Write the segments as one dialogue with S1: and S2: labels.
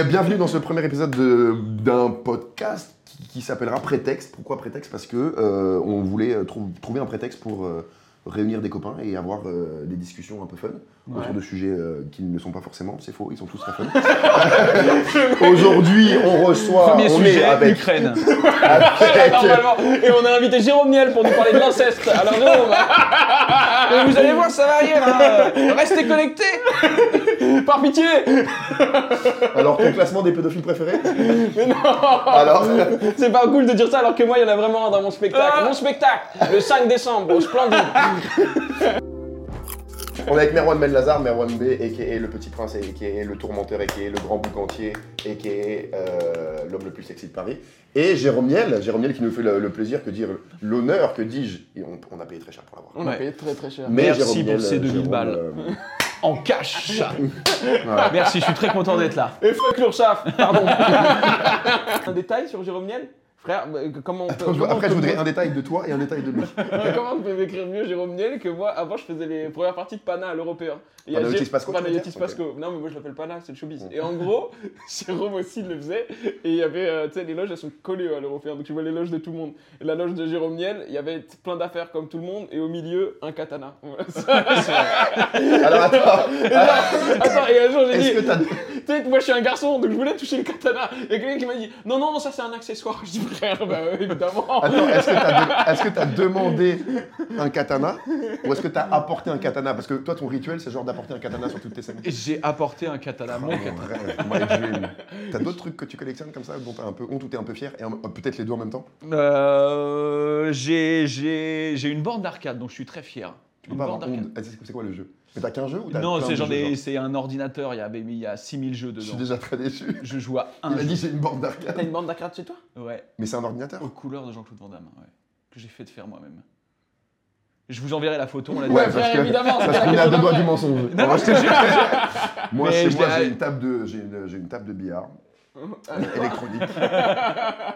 S1: Eh, bienvenue dans ce premier épisode de- d'un podcast qui, qui s'appellera Prétexte. Pourquoi Prétexte Parce que euh, on voulait euh, trou- trouver un prétexte pour euh, réunir des copains et avoir euh, des discussions un peu fun autour de sujets euh, qui ne le sont pas forcément. C'est faux, ils sont tous très fun. Aujourd'hui, on reçoit.
S2: Premier
S1: Ah, on
S2: sujet,
S1: est avec.
S2: Ukraine.
S1: avec-
S3: Normalement. Et on a invité Jérôme Niel pour nous parler de l'inceste. Alors Jérôme, hein, vous allez voir, ça va aller. hein. Restez connectés. Par pitié.
S1: alors, ton classement des pédophiles préférés
S3: Mais non,
S1: Alors,
S3: c'est pas cool de dire ça alors que moi, il y en a vraiment un dans mon
S1: Ah.
S3: spectacle. Mon spectacle, le 5 décembre, au Splendid.
S1: on est avec Merwan Ben Lazar, Merwan B, a.k.a. le petit prince, a.k.a. le tourmenteur, a.k.a. le grand boucantier, a.k.a. euh, l'homme le plus sexy de Paris. Et Jérôme Niel, Jérôme Niel qui nous fait le, le plaisir, que dire, l'honneur, que dis-je. Et On, on a payé très cher pour l'avoir.
S3: On
S2: Ouais.
S3: a payé très très cher.
S2: Merci
S1: Jérôme
S2: pour
S1: Niel,
S2: ces 2000
S1: Jérôme,
S2: balles.
S1: euh,
S2: En cash.
S1: voilà.
S2: Merci, je suis très content d'être là.
S3: Et fuck l'Urssaf, pardon. un détail sur Jérôme Niel Frère, bah, que- comment on peut...
S1: Attends, je-
S3: comment on
S1: Après, je
S3: peut-
S1: voudrais un détail de toi et un détail de lui.
S3: Ouais, Ah, Comment on peut m'écrire mieux Jérôme Niel que moi Avant, je faisais les premières parties de Pana à l'européen. Et il y a
S1: Panayotis
S3: Jé-
S1: Pasco, tu veux
S3: Panayotis
S1: dire Mm.
S3: Pasco. Non, mais moi, je l'appelle Pana, c'est le showbiz. Et en gros, Jérôme aussi le faisait. Et il y avait, euh, tu sais, les loges, elles sont collées à l'européen. Donc, tu vois les loges de tout le monde. Et la loge de Jérôme Niel, il y avait plein d'affaires comme tout le monde. Et au milieu, un katana. Voilà.
S1: Alors, attends,
S3: et là, attends, et un jour, j'ai
S1: est-ce que
S3: dit.
S1: t'as.
S3: Tu sais, moi je suis un garçon, donc je voulais toucher le katana. Il y a quelqu'un qui m'a dit Non, non, ça c'est un accessoire. Je dis Frère, bah euh, évidemment.
S1: Attends, est-ce que t'as est-ce que t'as demandé un katana ou est-ce que t'as apporté un katana Parce que toi, ton rituel, c'est genre d'apporter un katana sur toutes tes scènes.
S2: Et J'ai apporté un
S3: Ah,
S2: katana. Mon katana.
S1: Bref, on va être joué, nous. T'as d'autres trucs que tu collectionnes comme ça dont t'as un peu honte ou t'es un peu fier et en- peut-être les deux en même temps
S2: Euh, j'ai- J'ai j'ai une borne d'arcade, donc je suis très fier.
S1: Tu peux
S2: Une
S1: pas
S2: borne
S1: avoir honte.
S2: d'arcade.
S1: Vas-y, C'est c'est quoi le jeu Mais t'as qu'un jeu ou t'as
S2: Non,
S1: plein
S2: c'est
S1: de
S2: genre
S1: jeux,
S2: des-
S1: genre
S2: c'est un ordinateur, il y a, baby, il y a 6000 jeux
S1: Je suis
S2: dedans.
S1: déjà très déçu.
S2: Je joue à un
S1: Il a
S2: jeu.
S1: dit j'ai une borne d'arcade.
S3: T'as une bande d'acrate chez toi
S2: Ouais,
S1: Mais c'est un ordinateur.
S2: aux couleurs de Jean-Claude Van Damme, ouais, que j'ai fait de faire moi-même. Je vous enverrai la photo, on l'a
S1: Ouais,
S2: dit.
S1: parce que-
S3: évidemment, c'est
S1: Parce
S3: la
S1: qu'on est à
S3: question
S1: deux doigts
S3: d'après.
S1: du mensonge.
S2: Non, non, je te jure.
S1: Moi,
S2: Mais
S1: chez
S2: je
S1: moi,
S2: l'ai-
S1: j'ai une table de, j'ai une, j'ai une table de billard euh, électronique.
S3: Ah,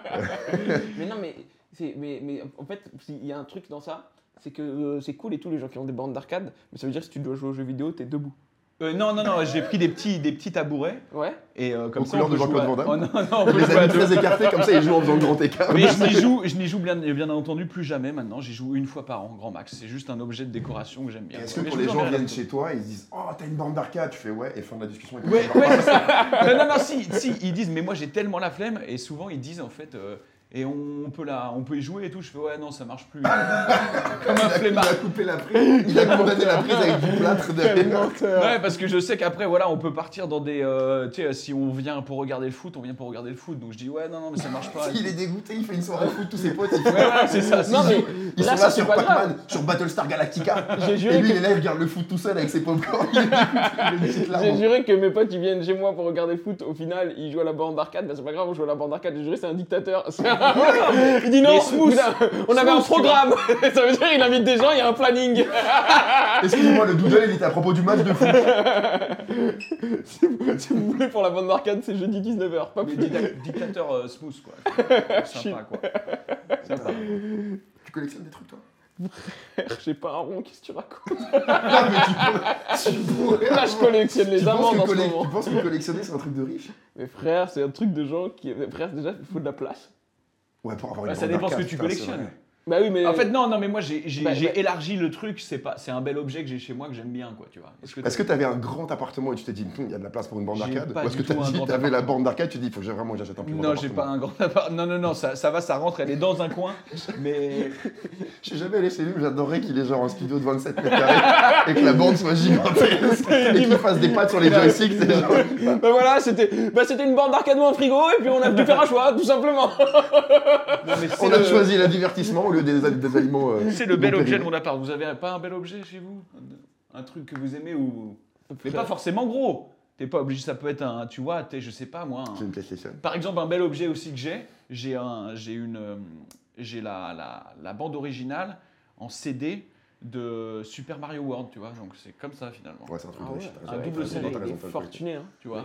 S3: Mais non, mais, c'est- mais, mais en fait, il y a un truc dans ça, c'est que euh, c'est cool et tous les gens qui ont des bandes d'arcade, mais ça veut dire que si tu dois jouer aux jeux vidéo, t'es debout.
S2: Euh, non, non, non, j'ai pris des petits, des petits tabourets
S3: Ouais
S2: et euh, comme
S1: Aux
S2: ça.
S1: couleurs
S2: on peut
S1: de Jean-Claude
S2: jouer à-
S1: Van Damme.
S2: Oh, non, non, on peut
S1: Les
S2: jouer à
S1: amis
S2: deux.
S1: très écartés, comme ça, ils jouent en faisant le grand écart.
S2: Mais je n'y joue, je n'y joue bien, bien entendu plus jamais maintenant. J'y joue une fois par an, grand max. C'est juste un objet de décoration que j'aime
S1: Et
S2: bien.
S1: Est-ce que
S2: Mais
S1: quand
S2: je
S1: les
S2: vous
S1: gens
S2: enverrai la
S1: viennent
S2: photo.
S1: chez toi, ils disent Oh, t'as une borne d'arcade Tu fais ouais, et fin de la discussion. et puis
S2: Ouais,
S1: on
S2: ouais, c'est ça. Non, non, non, si, si, ils disent, mais moi j'ai tellement la flemme. Et souvent ils disent en fait, euh, et on, peut la, on peut y jouer et tout. Je fais, ouais, non, ça marche plus. Comme un
S1: part. Il
S2: flemmard.
S1: a coupé la prise, il a condamné la prise avec du plâtre derrière.
S2: Ouais, parce que je sais qu'après, voilà, on peut partir dans des. euh, tu sais, si on vient pour regarder le foot, on vient pour regarder le foot. Donc je dis, ouais, non, non, mais ça marche pas.
S1: Il est dégoûté, il fait une soirée foot, tous ses potes, ils,
S2: Ouais, ouais, c'est ça.
S3: Non,
S2: si-
S3: mais
S1: ils sont
S3: là,
S1: là
S3: ça c'est
S1: sur
S3: pas grave.
S1: Pac-Man, sur Battlestar Galactica.
S3: J'ai
S1: Et lui, il
S3: juré,
S1: est là, il regarde le foot tout seul avec ses popcorn. Il est dégoûté, il a une petite
S3: que,
S1: larme.
S3: j'ai juré que mes potes ils viennent chez moi pour regarder le foot, au final ils jouent à la bande d'arcade, bah c'est pas grave, on joue à la bande d'arcade, j'ai juré c'est un dictateur. C'est un- il dit non,
S2: Mais smooth.
S3: on a- on avait un
S2: Smooth, tu
S3: programme Ça veut dire il invite des gens, il y a un planning
S1: Excusez-moi, le doodle, il était à propos du match de foot.
S3: Si vous, si vous voulez pour la bande d'arcade, c'est jeudi 19h, pas
S2: mais
S3: plus.
S2: dida- dictateur euh, smooth, quoi. Sympa, quoi.
S1: Tu collectionnes des trucs, toi
S3: J'ai pas un rond, qu'est-ce que tu racontes
S1: Ah, mais tu, tu pourrais.
S3: Là je collectionne
S1: Tu
S3: les
S1: penses
S3: amandes
S1: que
S3: en ce
S1: collec-
S3: moment.
S1: tu penses que collectionner, c'est un truc de riche
S3: Mais frère, c'est un truc de gens qui. mais frère, déjà, il faut de la place.
S1: Ouais, pour avoir
S2: Bah,
S1: une
S2: ça
S1: grande
S2: dépend ce que
S1: arcade,
S2: tu
S1: putain, c'est
S2: collectionnes.
S1: vrai.
S3: Bah oui, mais.
S2: En fait, non, non, mais moi, j'ai j'ai-
S3: Bah,
S2: j'ai
S3: bah.
S2: élargi le truc. C'est pas, c'est un bel objet que j'ai chez moi que j'aime bien, quoi, tu vois. Est-ce que
S1: Est-ce que t'avais un grand appartement et tu t'es dit, Hum, il y a de la place pour une borne
S2: J'ai
S1: d'arcade
S2: pas
S1: Ou est-ce que
S2: du tout
S1: t'as
S2: un
S1: dit,
S2: grand
S1: t'avais la
S2: appartement.
S1: borne d'arcade, tu te dis, il faut que j'ai- vraiment que j'achète un plus grand
S2: Non, j'ai pas
S1: appartement.
S2: un grand appart. Non, non, non, ça, ça va, ça rentre. Elle est dans un coin, mais
S1: Je suis jamais allé chez lui, mais j'adorerais qu'il ait genre un studio de 27 mètres carrés et que la borne soit gigantesque et qu'il fasse des pattes sur les joysticks. c'est genre-
S3: Bah voilà, c'était bah, c'était une borne d'arcade ou un frigo, et puis on a dû faire un choix, tout simplement.
S2: Non, mais c'est
S1: On a
S2: le-
S1: choisi le divertissement au lieu des, des aliments. euh,
S2: C'est le bel
S1: non
S2: objet de
S1: périmés.
S2: mon appart. Vous avez pas un bel objet chez vous Un un truc que vous aimez ou Mais pas forcément gros. T'es pas obligé. Ça peut être un, tu vois, t'es, je sais pas moi. un-
S1: C'est une PlayStation.
S2: Par exemple, un bel objet aussi que j'ai, j'ai un, j'ai une, euh, j'ai la, la, la bande originale en CD de Super Mario World, tu vois. Donc c'est comme ça finalement.
S1: Ouais, c'est un truc
S3: Ah
S1: de
S3: ouais,
S1: riche, t'as
S3: un
S1: raison,
S3: double
S1: t'as raison,
S3: CD,
S1: t'as
S3: il
S1: raison,
S3: est
S1: t'as raison.
S3: fortuné. Hein.
S2: Tu vois.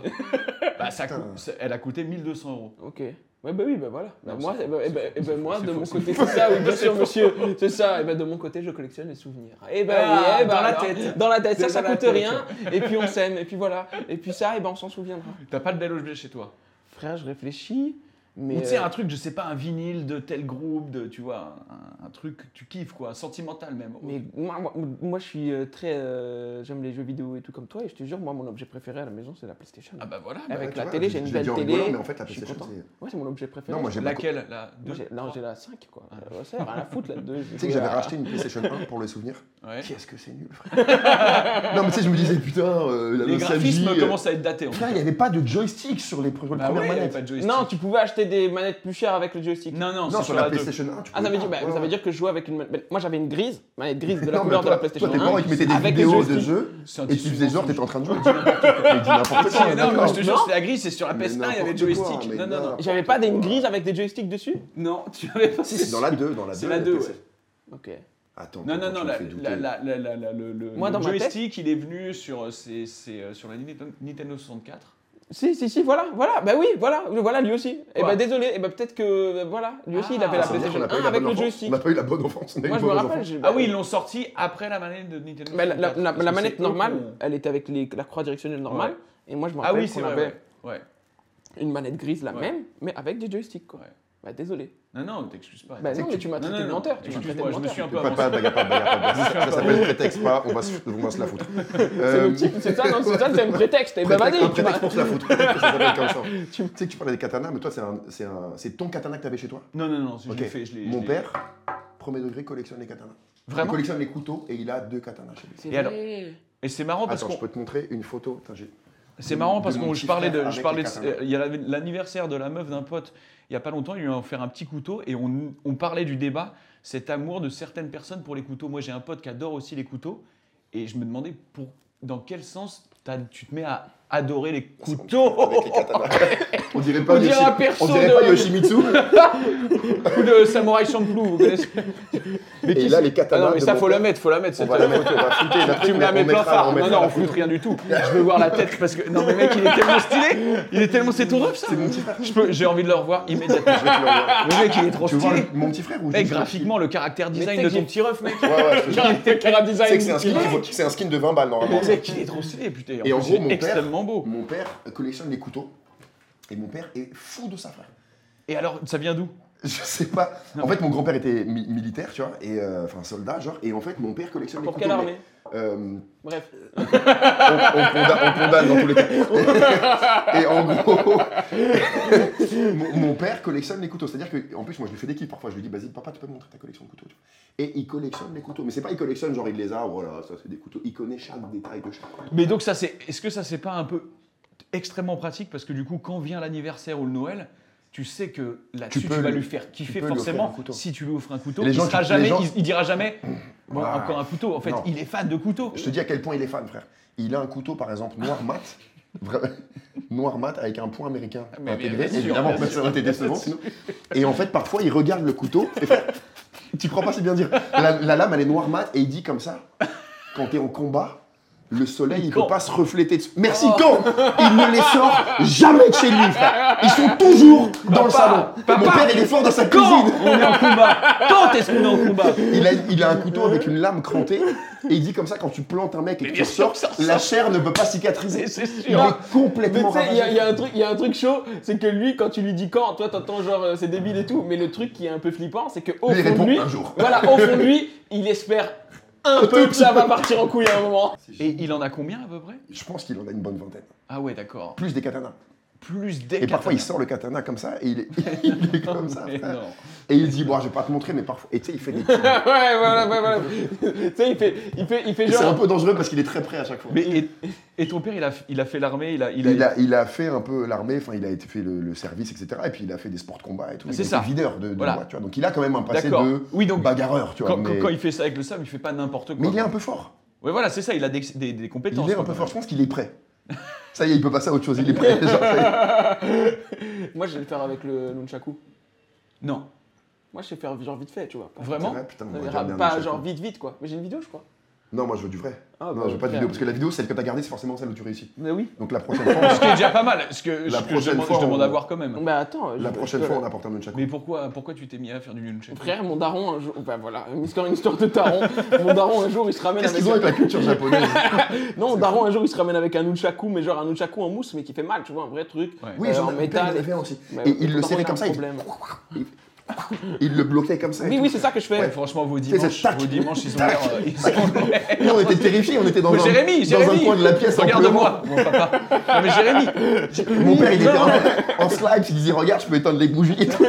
S2: bah, ça
S1: Putain.
S2: coûte- elle a coûté 1200 euros.
S3: Ok. Ouais, bah oui, bah voilà. Bah,
S2: Non,
S3: moi,
S2: c'est
S3: eh ben-
S2: faux,
S3: eh ben-
S2: c'est
S3: eh ben
S2: faux,
S3: moi
S2: c'est
S3: de
S2: faux,
S3: mon
S2: c'est
S3: côté,
S2: faux.
S3: c'est ça, oui, bien
S2: C'est
S3: sûr,
S2: faux.
S3: monsieur. C'est ça. Et ben de mon côté, je collectionne les souvenirs. Et ben
S2: Ah,
S3: oui, eh ben
S2: dans la
S3: alors,
S2: tête.
S3: Dans la tête, ça,
S2: C'est
S3: ça
S2: dans la
S3: coûte
S2: tête.
S3: rien. Et puis on s'aime, et puis voilà. Et puis ça, et ben on s'en souviendra.
S2: T'as pas de bel objet chez toi.
S3: Frère, je réfléchis. Mais.
S2: Ou tu sais,
S3: euh,
S2: un truc, je sais pas, un vinyle de tel groupe, de, tu vois, un, un truc que tu kiffes, quoi, sentimental même.
S3: Mais moi, moi- moi, je suis euh, très. euh, J'aime les jeux vidéo et tout comme toi, et je te jure, moi, mon objet préféré à la maison, c'est la PlayStation.
S2: Ah bah voilà.
S3: Ah,
S1: Ouais,
S3: Avec
S1: tu
S3: la
S1: vois,
S3: télé,
S1: je-
S3: j'ai une
S1: je
S3: belle
S1: dis en
S3: télé,
S1: rigolant, mais en fait, la
S3: je suis
S1: PlayStation,
S3: content.
S1: c'est.
S3: Ouais, c'est mon objet préféré.
S1: Non, moi j'ai pas. Tu
S2: Laquelle la deux,
S3: Moi, j'ai-
S2: trois
S3: Non, j'ai la 5, quoi.
S2: Ah.
S3: Ouais, ça, rien à foutre là-dedans.
S1: sais que j'avais racheté une PlayStation 1 pour le souvenir.
S2: Ouais.
S1: Qu'est-ce que c'est nul, frère Non, mais tu sais, je me disais, putain, euh, la
S2: Les
S1: nostalgie.
S2: graphismes
S1: euh,
S2: commencent à être datés. En
S1: Putain,
S2: fait.
S1: il n'y avait pas de joystick sur les pr- sur les
S2: Bah ouais,
S1: premières
S2: il y avait
S1: manettes.
S2: pas de joystick.
S3: Non, tu pouvais acheter des manettes plus chères avec le joystick.
S2: non, non,
S1: Non,
S2: c'est
S1: sur la
S2: deux.
S1: PlayStation 1, tu
S3: Ah, ça
S1: pouvais
S3: veut, dire,
S1: pas,
S3: bah, ça
S1: ouais.
S3: veut dire que je jouais avec une manette. Bah, Moi, j'avais une grise, manette grise de la
S1: Non, mais
S3: couleur de la
S1: toi-
S3: PlayStation
S1: Toi, tes parents,
S3: 1.
S1: ils te mettaient des
S3: avec le
S1: vidéos de
S3: joystick.
S1: jeux
S2: C'est un
S1: et
S2: petit
S1: tu faisais genre,
S2: mensonge.
S1: t'étais en train de jouer. Mais dis n'importe quoi.
S2: Ah, non, moi, je te
S1: d'accord.
S2: jure,
S3: Non.
S2: c'est la grille, c'est sur la
S1: Mais
S2: PS1, il y avait
S1: n'importe
S2: joystick.
S1: quoi, mais
S2: non, non, non.
S3: J'avais pas des- une grise avec des joysticks dessus
S2: Non, tu avais pas.
S1: Si, c'est dans la 2, dans la 2.
S2: C'est la 2,
S1: PC.
S2: ouais.
S3: Ok.
S1: Attends,
S2: Non, non,
S1: attends, tu
S2: non,
S1: me
S2: la-
S1: fais douter.
S2: la- la- la- la- la- le le-
S3: Moi,
S2: le
S3: dans ma tête-
S2: joystick, il est venu sur, euh, c'est- c'est, euh, sur la Nintendo Nintendo 64.
S3: Si, si, si, voilà, voilà, bah oui, voilà, voilà, lui aussi. Et
S2: Quoi
S3: bah désolé, et bah peut-être que, euh, voilà, lui aussi, il
S2: Ah,
S3: avait
S1: Ah,
S3: la
S1: ça veut dire
S3: PlayStation
S1: qu'on a pas eu
S3: 1
S1: la
S3: avec
S1: bonne
S3: le
S1: enfance. On
S3: joystick.
S1: n'a pas eu la bonne enfance. on a eu
S3: Moi,
S1: une
S3: je me
S1: mauvaise
S3: rappelle,
S1: enfance.
S3: j'ai-
S2: Ah oui, ils l'ont sorti après la manette de Nintendo
S3: Bah, euh, Mais la,
S2: 64.
S3: la- la-
S2: parce
S3: la
S2: que
S3: manette
S2: c'est eux qui
S3: normale,
S2: ont-
S3: elle était avec les- la croix directionnelle normale. Et moi, je me
S2: Ah
S3: rappelle
S2: oui, c'est
S3: qu'on
S2: vrai.
S3: avait
S2: ouais. Ouais.
S3: une manette grise, la
S2: Ouais.
S3: même, mais avec des joysticks, quoi.
S2: Ouais.
S3: Bah désolé.
S2: Non, non, t'excuses pas.
S3: Bah non, mais tu m'as
S2: Non, non,
S3: traité de
S2: non,
S3: menteur. Tu m'as traité
S2: Excuse-moi,
S3: de
S2: je me
S3: menteur.
S2: suis un peu
S1: Bagarre
S2: avancé.
S1: pas, bagarre pas, bagarre pas. Ça ça s'appelle prétexte pas, on va se, on va se la foutre.
S3: C'est
S1: Euh,
S3: le type, c'est ça, non, c'est ça, c'est un prétexte. Et bah
S1: prétexte-
S3: vas-y,
S1: un
S3: tu m'as-
S1: prétexte pour se la foutre. ça s'appelle comme ça. Tu sais que tu parlais des katanas, mais toi, c'est un- c'est un- c'est ton katana que t'avais chez toi
S2: Non, non, non, je
S1: Ok.
S2: l'ai fait. Je l'ai-
S1: Mon
S2: je l'ai-
S1: père, premier degré, collectionne les katanas. il
S2: Vraiment
S1: collectionne les couteaux et il a deux katanas chez lui.
S3: C'est
S2: Et alors
S3: vrai.
S2: Et c'est marrant Oh, parce
S1: Attends,
S2: qu'on.
S1: je peux te montrer une photo. Putain, j'ai-
S2: C'est marrant
S1: de
S2: parce
S1: mon
S2: que
S1: petit
S2: je parlais
S1: frère
S2: de, je
S1: avec
S2: parlais
S1: les
S2: de-
S1: katana.
S2: euh, il y avait l'anniversaire de la meuf d'un pote il y a pas longtemps, il lui a offert un petit couteau et on, on parlait du débat, cet amour de certaines personnes pour les couteaux. Moi j'ai un pote qui adore aussi les couteaux et je me demandais pour, dans quel sens t'as- tu te mets à adorer les couteaux
S1: Avec les katanas. on dirait pas,
S2: On dirait
S1: Yoshi-
S2: un perso
S1: on dirait
S2: de-
S1: pas Yoshimitsu.
S2: Coup de samouraï champlou, vous connaissez Mais
S1: et
S2: qui
S1: là,
S2: c'est
S1: les
S2: Ah
S1: katanas.
S2: non mais
S1: de
S2: ça
S1: mon
S2: faut
S1: père.
S2: la mettre, faut la mettre
S1: On
S2: cette
S1: va la mettre, on va flouter. la
S2: Tu
S1: truc,
S2: me la
S1: on
S2: mets plein
S1: mettra-
S2: phare. Non,
S1: mettra
S2: non,
S1: la
S2: on
S1: photo.
S2: floute rien du tout. Je veux voir la tête parce que. Non, mais mec, il est tellement stylé. Il est tellement. C'est ton ref, ça Je peux- J'ai envie de le revoir immédiatement.
S1: Je vais te l'envoyer.
S2: Le mec, il est trop
S1: Tu veux voir
S2: stylé.
S1: le- mon petit frère ou
S2: Mec,
S1: juste-
S2: graphiquement, le caractère
S3: Mais
S2: design
S3: tu
S2: de
S3: sais
S2: ton
S3: que
S2: petit ref, mec.
S1: Ouais, ouais, je te jure.
S3: Caractère
S1: Tu sais
S3: design.
S1: que c'est un skin qui vaut- c'est un skin de 20 balles normalement.
S2: Le mec, il est trop stylé, putain.
S1: Et en gros,
S2: plus, il est
S1: mon père-
S2: extrêmement beau.
S1: Mon père collectionne les couteaux et mon père est fou de ça, frère.
S2: Et alors, ça vient d'où
S1: Je sais pas.
S2: Non,
S1: en fait, mon grand-père était mi- militaire, tu vois, et euh, enfin soldat, genre. Et en fait, mon père
S2: Ah,
S1: collectionne
S3: Pour
S1: les
S3: quelle
S1: couteaux.
S3: armée
S1: mais, euh,
S3: Bref.
S1: on, on condamne, on condamne dans tous les cas. et en gros, mon, mon père collectionne les couteaux. C'est-à-dire que, en plus, moi, je lui fais des kits parfois. Je lui dis, vas-y, papa, tu peux me montrer ta collection de couteaux. tu vois. Et il collectionne les couteaux. Mais c'est pas il collectionne, genre, il les a, voilà, ça, c'est des couteaux. Il connaît chaque détail de chaque.
S2: Mais donc, ça, c'est. Est-ce que ça, c'est pas un peu extrêmement pratique Parce que du coup, quand vient l'anniversaire ou le Noël. Tu sais que là-dessus, tu,
S1: peux
S2: vas
S1: lui-
S2: lui faire kiffer
S1: peux lui offrir un
S2: forcément.
S1: couteau.
S2: Si tu lui offres un couteau,
S1: Les
S2: il,
S1: gens
S2: sera
S1: qui- les
S2: jamais,
S1: gens-
S2: il, il dira jamais Bon,
S1: Ah.
S2: encore un couteau. En fait,
S1: Non.
S2: il est fan de couteaux.
S1: Je te dis à quel point il est fan, frère. Il a un couteau, par exemple, noir mat. Vra- noir mat avec un point américain
S2: Ah, Mais bien
S1: intégré.
S2: sûr,
S1: Évidemment,
S2: bien
S1: ça aurait été décevant sinon. Et en fait, parfois, il regarde le couteau. Et frère, tu crois pas, c'est bien dire. La, la lame, elle est noir mat et il dit comme ça quand t'es en combat. Le soleil, il
S2: Quand
S1: peut pas se refléter dessus. Merci,
S2: Oh.
S1: quand Il ne les sort jamais de chez lui, frère. Ils sont toujours dans le
S2: Papa,
S1: salon.
S2: papa.
S1: Mon père, il est fort dans sa
S2: Quand
S1: cuisine.
S2: on est en combat Quand est-ce qu'on est en combat
S1: Il a, il a un couteau avec une lame crantée et il dit comme ça quand tu plantes un mec et que tu
S2: bien sûr
S1: ressors,
S2: que ça ressort.
S1: la chair ne peut pas cicatriser.
S2: C'est
S1: Il
S2: sûr.
S1: est
S3: Mais
S1: complètement
S3: tu sais, il y, a-
S1: ravagé.
S3: il y a un truc- il y a un truc chaud, c'est que lui, quand tu lui dis quand, toi t'entends genre euh, c'est débile et tout, mais le truc qui est un peu flippant, c'est que au
S1: Lui, il
S3: fond
S1: répond
S3: de lui,
S1: un jour.
S3: voilà, au fond de lui, il espère un peu que ça va partir en couille à un moment.
S2: Et il en a combien à peu près
S1: Je pense qu'il en a une bonne vingtaine.
S2: Ah ouais, d'accord.
S1: Plus des katanas.
S2: Plus des
S1: Et parfois, il
S2: katanas.
S1: sort le katana comme ça et il est, il est comme ça.
S2: Mais
S1: frère.
S2: non.
S1: Et il dit, bon, je vais pas te montrer, mais parfois. Et tu sais, il fait des.
S3: ouais, voilà, ouais, voilà. tu sais, il fait, il fait, il fait
S1: C'est un
S3: genre.
S1: peu dangereux parce qu'il est très près à chaque fois.
S2: Mais et, et ton père, il a, il a fait l'armée, il a, il
S1: il,
S2: a-
S1: a, il a fait un peu l'armée, enfin, il a été fait le, le service, etc. Et puis, il a fait des sports de combat et tout. Il
S2: C'est
S1: était
S2: ça.
S1: videur de, de
S2: Voilà.
S1: boîte, tu vois. Donc, il a quand même un passé
S2: D'accord.
S1: de
S2: Oui, donc
S1: bagarreur, tu vois.
S2: quand, quand-
S1: mais...
S2: quand il fait ça avec le sable, il fait pas n'importe quoi.
S1: mais il est un peu fort.
S2: Ouais, voilà, c'est ça. Il a des, des- des compétences.
S1: Il est un
S2: quoi,
S1: peu
S2: quand
S1: fort, je
S2: même.
S1: pense qu'il est prêt. Ça y est, il peut passer à autre chose, il est prêt. genre, ça y est.
S3: Moi, je vais le faire avec le nunchaku.
S2: Non.
S3: Moi, je sais faire genre vite fait, tu vois. Pas-
S2: Vraiment
S1: C'est vrai, putain, on
S3: Non, mais
S1: aurait
S3: ra-
S1: gardé un
S3: Pas
S1: autre
S3: genre
S1: chef.
S3: vite vite quoi. Mais j'ai une vidéo, je crois.
S1: Non, moi je veux du vrai.
S3: Ah,
S1: non,
S3: bah,
S1: je veux pas de
S3: frère.
S1: vidéo, parce que la vidéo, celle que t'as gardée, c'est forcément celle où tu réussis.
S3: Mais oui.
S1: Donc la prochaine fois,
S2: Ce qui est déjà pas mal, ce que,
S1: La
S2: ce que je,
S1: prochaine
S2: demande,
S1: fois,
S2: je demande
S1: on-
S2: à voir quand même.
S3: Bah attends.
S1: la
S3: je-
S1: prochaine
S3: je-
S1: fois, on apportera un nunchaku.
S2: Mais pourquoi, pourquoi tu t'es mis à faire du nunchaku
S3: Frère, mon daron, un jour. Bah voilà, une histoire, une histoire de daron. mon daron, un jour, il se ramène
S1: Qu'est-ce
S3: avec.
S1: qu'ils ont avec la culture japonaise
S3: Non, mon
S1: C'est
S3: daron, un jour, il se ramène avec un nunchaku, mais genre un nunchaku en mousse, mais qui fait mal, tu vois, un vrai truc.
S2: Ouais.
S1: Oui,
S3: Euh,
S1: j'en
S3: en
S1: ai
S3: métal
S1: métal.
S3: et-
S1: aussi.
S3: Mais
S1: Et
S3: mon
S1: il le
S3: daron,
S1: serrait
S3: il a un
S1: comme ça, il,
S3: problème.
S1: il le bloquait comme ça. et
S3: Oui,
S1: tout.
S3: oui, c'est ça que je fais.
S2: Ouais, franchement, vos
S1: C'est
S2: dimanches,
S1: tac.
S2: vos dimanches, ils ont l'air. euh, ils ont-
S1: Nous, on était terrifiés, on était dans,
S2: Oh,
S1: un,
S2: Jérémy,
S1: dans un
S2: Jérémy,
S1: coin de la pièce en
S2: regarde-moi, mon papa. Non, mais Jérémy,
S1: pleurant. Mon père, il était en, en slide, il disait Regarde, je peux éteindre les bougies et tout.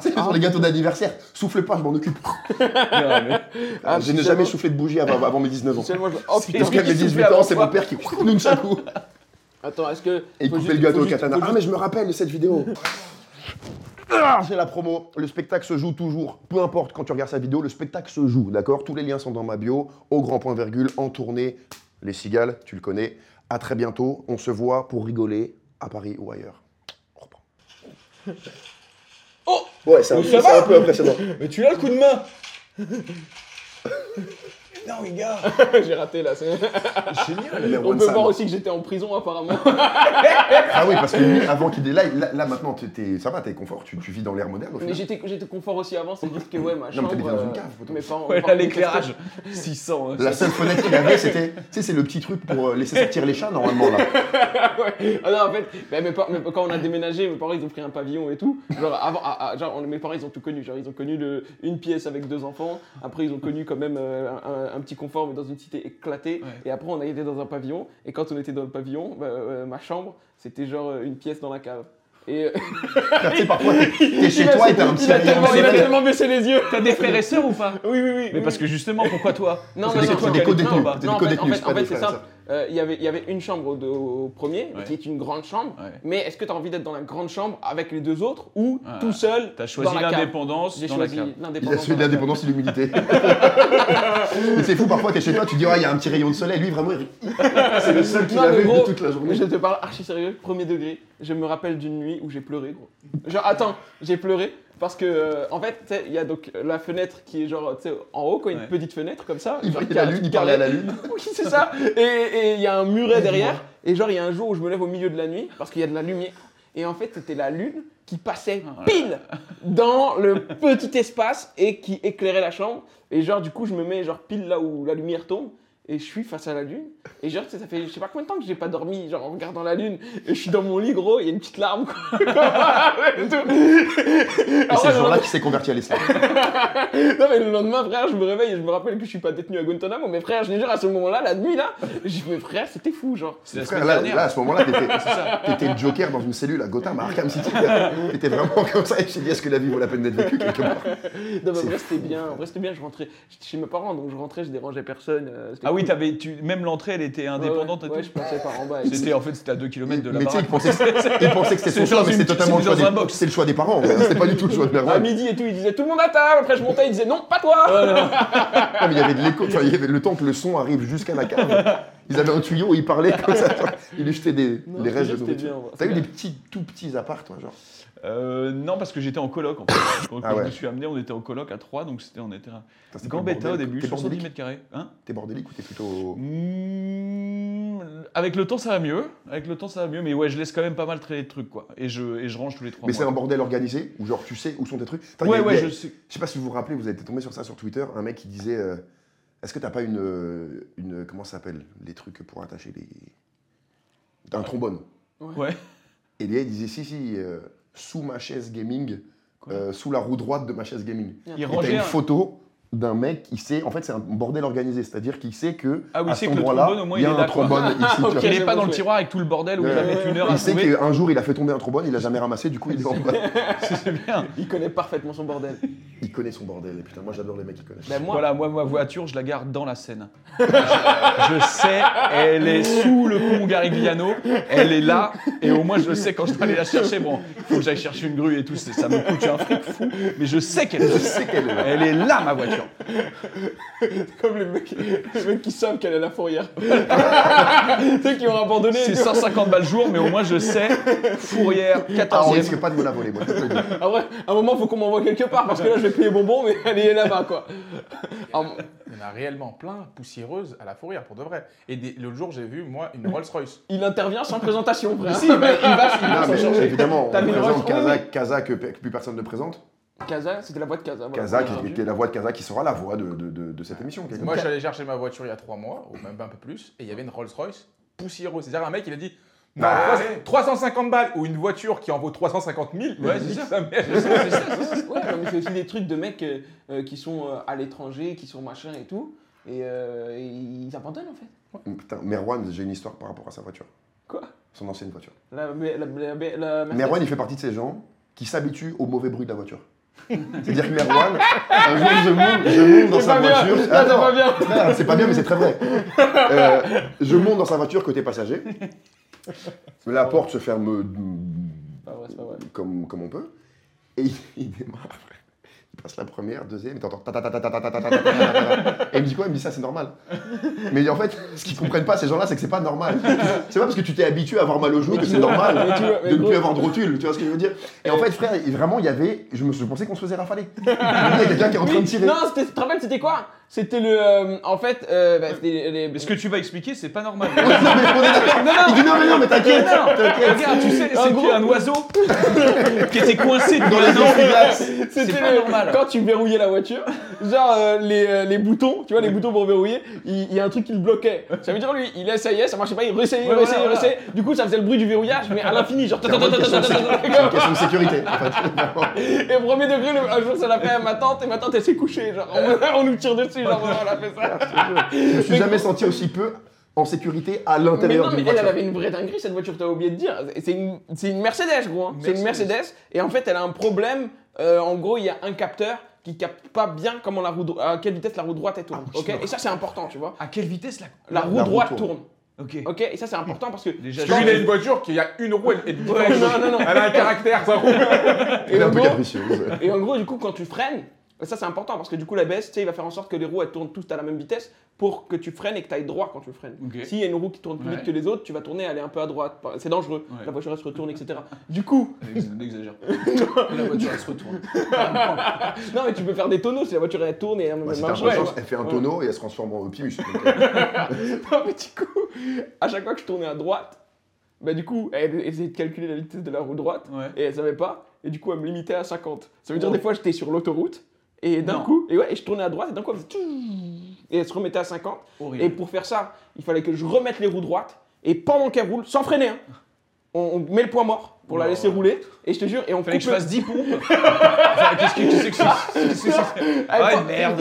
S1: c'est sur les gâteaux d'anniversaire. Souffle pas, je m'en occupe.
S2: Non, mais-
S3: Ah,
S1: je n'ai jamais soufflé de bougie avant, avant mes 19 ans.
S3: Seulement, je- Oh, hop,
S2: C'est-
S1: Parce qu'à mes
S2: Qui soufflait
S1: 18
S2: avant
S1: ans, c'est
S2: toi
S1: mon père qui nunchaku
S3: Attends, est-ce que.
S1: et il
S3: faut
S1: coupait
S3: juste-
S1: le gâteau
S3: faut
S1: au
S3: juste-
S1: katana.
S3: faut
S1: Ah, mais je me rappelle de cette vidéo. Ah, C'est la promo, le spectacle se joue toujours. Peu importe quand tu regardes sa vidéo, le spectacle se joue, d'accord Tous les liens sont dans ma bio, au grand point virgule, en tournée. Les cigales, tu le connais. À très bientôt, on se voit pour rigoler à Paris ou ailleurs. On reprend.
S3: Oh
S1: Ouais, c'est un,
S3: Ça
S1: c'est
S3: va
S1: un peu impressionnant.
S2: Mais tu as le coup de main Non, les gars
S3: J'ai raté là. c'est-
S2: Génial
S1: Numéro
S3: On
S1: one
S3: peut
S1: Sam.
S3: voir aussi que j'étais en prison apparemment.
S1: Ah oui, parce que lui, avant qu'il délive, là, là maintenant, t'es- t'es- ça va, t'es confort, tu, tu vis dans l'ère moderne au
S3: Mais
S1: final.
S3: j'étais j'étais confort aussi avant, c'est juste que ouais,
S1: Non,
S3: ma
S1: mais
S3: chambre.
S1: t'habitais dans une
S3: euh,
S1: cave, poteau.
S3: mes parents- mes
S2: Ouais, là,
S3: parents-
S2: l'éclairage 600. hein,
S1: La
S2: ça-
S1: seule fenêtre qu'il avait, c'était, tu sais, c'est le petit truc pour euh, laisser sortir les chats normalement là.
S3: Ouais. Ah non, en fait, bah, mes par- mes- quand on a déménagé, mes parents ils ont pris un pavillon et tout. Genre, avant, ah, ah, genre on- mes parents ils ont tout connu. Genre, ils ont connu le- une pièce avec deux enfants. Après, ils ont connu quand même euh, un, un- un petit confort, mais dans une cité éclatée.
S2: Ouais.
S3: Et après, on a été dans un pavillon. Et quand on était dans le pavillon, bah, euh, ma chambre, c'était genre euh, une pièce dans la cave. Et euh,
S1: Tu sais, parfois, t'es- t'es chez
S3: Il a-
S1: toi et t'as un petit
S3: il a
S1: rayon
S3: tellement, il a
S1: solaire.
S3: tellement baissé les yeux.
S2: T'as des frères et sœurs ou pas
S3: Oui, oui, oui.
S2: Mais parce que justement, pourquoi toi
S3: Non,
S1: C'est
S3: mais
S1: des-
S3: non,
S1: c'est
S3: non,
S1: des
S2: non,
S1: codétenus.
S2: non,
S1: C'est des
S3: non, en fait, en
S1: codétenus,
S3: fait,
S1: c'est pas
S3: en fait,
S1: des
S3: c'est
S1: frères et
S3: simple.
S1: sœurs.
S3: Euh, Il y avait- il y avait une chambre au, de- au premier,
S2: Ouais.
S3: qui est une grande chambre.
S2: Ouais.
S3: Mais est-ce que tu as envie d'être dans la grande chambre avec les deux autres ou
S2: Ah,
S3: tout seul
S2: T'as choisi
S3: dans la cave
S2: l'indépendance
S3: J'ai
S2: dans la
S3: choisi
S2: cave.
S1: Il a
S3: l'indépendance.
S1: celui de
S3: dans la cave.
S1: l'indépendance et l'humilité. Et c'est fou, parfois t'es chez toi, tu dis, ouais, il y a un petit rayon de soleil. Lui, vraiment, il- c'est le seul qu'il
S3: Non, mais
S1: avait de
S3: gros,
S1: toute la
S3: Mais
S1: journée.
S3: je te parle archi sérieux, premier degré. Je me rappelle d'une nuit où j'ai pleuré, gros. Genre, attends, j'ai pleuré parce que, euh, en fait, tu sais, il y a donc la fenêtre qui est genre, tu sais, en haut, quoi, une
S2: Ouais.
S3: petite fenêtre comme ça.
S1: Il
S3: genre,
S1: voyait
S3: qui a-
S1: la lune, il
S3: qui a-
S1: parlait à la lune.
S3: Oui, c'est ça. Et- Et il y a un muret derrière. Et genre, il y a un jour où je me lève au milieu de la nuit parce qu'il y a de la lumière. Et en fait, c'était la lune qui passait pile dans le petit espace et qui éclairait la chambre. Et genre, du coup, je me mets genre pile là où la lumière tombe. Et je suis face à la lune. Et genre, tu sais, ça fait je sais pas combien de temps que j'ai pas dormi, genre en regardant la lune. Et je suis dans mon lit, gros, il y a une petite larme. quoi. Et tout.
S1: Et
S3: Alors,
S1: c'est
S3: ouais,
S1: ce
S3: non,
S1: jour-là qu'il s'est converti à l'islam.
S3: non mais le lendemain frère je me réveille et je me rappelle que je suis pas détenu à Guantanamo mais frère je te jure à ce moment là la nuit là j'ai mais frère c'était fou genre
S2: C'est la
S1: Frère,
S2: semaine
S1: Là,
S2: dernière.
S1: là, à ce moment-là, t'étais-
S2: C'est ça.
S1: t'étais Joker dans une cellule à Gotham, à Arkham City. T'étais vraiment comme ça. Et je t'ai dit, est-ce que la vie vaut la peine d'être vécue quelque part
S3: non mais en
S1: C'est
S3: vrai c'était bien en vrai c'était bien je rentrais j'étais chez mes parents donc je rentrais je dérangeais personne euh, c'était
S2: Ah oui,
S3: cool.
S2: t'avais, tu, même l'entrée, elle était
S3: Ouais,
S2: indépendante
S3: ouais,
S2: et
S3: ouais,
S2: tout.
S3: je passais par en bas et-
S2: C'était en fait, c'était à 2 km de la
S1: Mais tu sais, il
S2: baraque.
S1: pensait que c'était- il pensait que c'était son
S2: C'est
S1: choix,
S2: dans
S1: mais
S2: une
S1: c'est
S2: petite-
S1: totalement le
S2: c'est dans
S1: choix
S2: un
S1: des-
S2: box.
S1: c'est le choix des parents. en vrai. C'est pas du tout le choix de
S3: à
S1: Merwan.
S3: midi et tout ils disaient tout le monde à table après je montais ils disaient non pas toi
S2: Voilà.
S1: Ah, mais il y avait de l'écho, enfin, il y avait le temps que le son arrive jusqu'à la cave. Ils avaient un tuyau, ils parlaient comme ça. tu vois. Ils lui jetaient des,
S3: Non,
S1: les
S3: je te
S1: restes
S3: jure,
S1: de
S3: c'était
S1: nourriture.
S3: bien, en vrai.
S1: T'as eu
S3: C'est
S1: des petits, tout petits apparts, toi, genre
S2: Euh, non, parce que j'étais en coloc. En fait. Quand
S1: Ah
S2: quand je
S1: ouais.
S2: me suis amené, on était en coloc à 3, donc c'était, on était à
S1: Putain, c'est pas le
S2: Gambetta au
S1: bordel.
S2: début,
S1: T'es
S2: 70
S1: bordélique
S2: mètres carrés. Hein
S1: T'es bordélique ou t'es plutôt. Mm.
S2: Mmh, avec le temps, ça va mieux. Avec le temps, ça va mieux. Mais ouais, je laisse quand même pas mal traîner de trucs, quoi. Et je, et je range tous les trois
S1: Mais c'est
S2: mois.
S1: un bordel organisé où, genre, tu sais où sont tes trucs Putain, il y
S2: Ouais,
S1: a- il y
S2: ouais,
S1: a-
S2: je sais.
S1: Je sais pas si vous vous rappelez, vous êtes tombé sur ça sur Twitter, un mec qui disait euh, Est-ce que t'as pas une, euh, une. Comment ça s'appelle Les trucs pour attacher les. Un trombone.
S2: Ouais.
S1: Et les gars, ils disaient Si, si, euh, sous ma chaise gaming,
S2: Quoi hein.
S1: euh, sous la roue droite de ma chaise gaming.
S2: Il
S1: Et t'as
S2: rangeait
S1: une
S2: un-
S1: photo d'un mec qui sait, en fait c'est un bordel organisé, c'est-à-dire qu'il sait que
S2: Ah oui,
S1: à
S2: c'est
S1: cet
S2: que le
S1: endroit-là,
S2: trombone, au moins,
S1: il y a
S2: il est
S1: un
S2: là, quoi.
S1: trombone ici. tu vois.
S3: ok.
S2: Qu'il n'est
S3: j'ai
S2: pas dans le
S3: compris.
S2: tiroir avec tout le bordel où il
S1: Ouais.
S2: va mettre une heure à
S1: Il sait
S2: trouver.
S1: qu'un jour il a fait tomber un trombone, il a jamais ramassé, du coup il est en bas.
S2: C'est bien.
S3: il connaît parfaitement son bordel
S1: Il connaît son bordel, et putain moi j'adore les mecs qui connaissent.
S3: ben moi
S2: Voilà, moi, ma voiture, je la garde dans la Seine. je, je sais, elle est sous le pont Garigliano, elle est là, et au moins je le sais quand je dois aller la chercher. Bon, il faut que j'aille chercher une grue et tout, c'est- ça me coûte un fric fou, mais je sais qu'elle est
S1: Je
S2: là.
S1: sais qu'elle est là.
S2: Elle est là, ma voiture.
S1: sûr.
S3: Comme les mecs, les mecs qui savent qu'elle est à la fourrière. tu sais, qui ont abandonné.
S2: C'est 150 balles jour, mais au moins je sais. Fourrière,
S1: Ah, on
S2: 14e.
S1: risque pas de me la voler, moi. je te le dis.
S3: Ah ouais, à un moment, faut qu'on m'envoie quelque part parce que là, je vais payer bonbon, mais elle est là-bas, quoi. Ah, mon-
S4: Il y en a réellement plein poussiéreuses à la fourrière, pour de vrai. Et des- l'autre jour, j'ai vu, moi, une Rolls-Royce.
S3: il intervient sans présentation, frère.
S4: si, bah, il va, il va
S1: Non,
S4: s'en
S1: mais
S4: charger.
S1: évidemment, on
S3: T'as mis le
S1: présente
S3: retrouvé.
S1: Kaza, Kaza que, pe- que plus personne ne présente.
S3: Kaza, c'était la voix de Kaza. voilà.
S1: Kaza, qui, qui est la voix de Kaza, qui sera la voix de, de- de- de cette émission. quelque
S4: Moi, je
S1: part.
S4: suis allé chercher ma voiture il y a trois mois, ou même un peu plus, et il y avait une Rolls-Royce poussiéreuse. C'est-à-dire, un mec, il a dit Ma
S1: Bah,
S4: Rolls-Royce, 350 balles, ou une voiture qui en vaut 350 000.
S2: Ouais, c'est ça.
S4: ça.
S3: C'est ça, c'est ça. Ouais, non, mais c'est aussi des trucs de mecs euh, euh, qui sont euh, à l'étranger, qui sont machin et tout. Et, euh, et ils abandonnent en fait.
S1: Putain, Merwan, j'ai une histoire par rapport à sa voiture.
S3: Quoi
S1: Son ancienne voiture.
S3: la, la, la, la, la-
S1: Merwan, il fait partie de ces gens qui s'habituent au mauvais bruit de la voiture. C'est-à-dire que Merwan, un jour, je monte, je monte dans
S3: C'est
S1: sa
S3: pas bien.
S1: voiture.
S3: Là, ça
S1: Attends.
S3: va bien.
S1: Non, c'est pas bien, mais c'est très vrai. Euh, je monte dans sa voiture côté passager. La porte se ferme euh,
S3: Pas vrai, c'est pas vrai.
S1: comme, comme on peut. Et il, il démarre. Il passe la première, deuxième, et t'entends. ta ta ta ta ta ta ta ta ta ta ta ta. Et il me dit quoi Il me dit ça, c'est normal. Mais en fait, ce qu'ils comprennent pas, ces gens-là, c'est que c'est pas normal. C'est pas parce que tu t'es habitué à avoir mal au genou que c'est normal
S3: Mais tu vois, mais
S1: de ne
S3: gros-
S1: plus avoir de rotule. Tu vois ce que je veux dire Et en fait, frère, il- vraiment, il y avait. Je me suis pensé qu'on se faisait rafaler. Il y a quelqu'un qui est en train de
S3: Oui,
S1: tirer.
S3: Non, c'était- tu te rappelles, c'était quoi C'était le. euh, en fait, euh, bah, c'était les.
S2: Mais ce que tu vas expliquer, c'est pas normal.
S1: Non, mais on est d'accord.
S2: Non, non,
S1: Il dit non, mais non, mais t'inquiète,
S2: Non, non,
S1: t'inquiète.
S2: Regarde, tu sais,
S3: En gros-
S2: c'était un oiseau qui était coincé dans les dents. C'est
S3: C'était
S2: pas
S3: le-
S2: normal.
S3: Quand tu verrouillais la voiture, genre euh, les, euh, les boutons, tu vois, les boutons pour verrouiller, il il y a un truc qui le bloquait. Ça veut dire, lui, il essayait, ça marchait pas, il réessayait,
S2: Ouais,
S3: réessayait,
S2: voilà,
S3: réessayait. Du coup, ça faisait le bruit du verrouillage, mais à l'infini, genre.
S1: C'est vraiment une question de sécurité. C'est une question de sécurité, en fait.
S3: Et au premier degré, le- un jour, ça l'a fait à ma tante, et ma tante, elle s'est couchée, genre. On, on nous tire dessus, genre, on a fait ça.
S1: Je me suis
S3: Mais-
S1: jamais senti aussi peu en sécurité à
S3: Mais non,
S1: l'intérieur
S3: mais
S1: d'une
S3: elle, elle
S1: voiture.
S3: avait une vraie dinguerie cette voiture, t'as oublié de dire. C'est une, c'est une Mercedes, gros. hein. C'est une
S4: Mercedes.
S3: Mercedes. Et en fait, elle a un problème. Euh, en gros, il y a un capteur qui capte pas bien comment la roue dro- à quelle vitesse la roue droite elle tourne.
S2: Ah,
S3: ok. Et ça, c'est important, tu vois.
S2: À quelle vitesse là
S3: La roue
S1: La roue
S3: droite tourne.
S1: tourne.
S2: Ok.
S3: Ok. Et ça, c'est important parce que.
S2: Déjà,
S4: Lui, il a
S2: j'ai-
S4: une voiture qui a une roue et une
S3: Ouais, non, non, non.
S4: Elle a un caractère, ça roule.
S1: Elle est un peu
S3: Et en gros-
S1: capricieuse.
S3: Et en gros, du coup, quand tu freines, ça c'est important parce que du coup, l'ABS, tu sais, il va faire en sorte que les roues elles tournent toutes à la même vitesse pour que tu freines et que tu ailles droit quand tu freines.
S2: Ok.
S3: S'il y a une roue qui tourne plus
S2: Ouais.
S3: vite que les autres, tu vas tourner, aller un peu à droite. C'est dangereux.
S2: Ouais.
S3: La voiture elle se retourne, etc. Du coup,
S2: N'exagère pas. La voiture, elle se retourne.
S3: non, mais tu peux faire des tonneaux si la voiture elle tourne et elle
S1: Bah,
S3: marche.
S1: c'est un
S3: Ouais.
S1: peu chance, elle fait un tonneau et elle se transforme en Optimus. Donc, euh,
S3: Non, mais du coup, à chaque fois que je tournais à droite, bah du coup, elle essayait de calculer la vitesse de la roue droite
S2: Ouais.
S3: et elle savait pas. Et du coup, elle me limitait à 50. Ça veut dire
S2: Oh.
S3: des fois, j'étais sur l'autoroute et d'un
S2: Non.
S3: coup, et ouais, et je tournais à droite et d'un coup, elle faisait tchou- et elle se remettait à 50.
S2: Horrible.
S3: Et pour faire ça, il fallait que je remette les roues droites et pendant qu'elle roule, sans freiner, hein, on, on met le poids mort pour la
S2: Oula.
S3: laisser rouler. Et je te jure, et on
S2: Fallait que je
S3: coupe
S2: fasse 10 pompes. Enfin, Qu'est-ce que qu'est-ce que c'est que c'est
S3: le-
S2: Ah
S3: Attends.
S2: ouais, merde.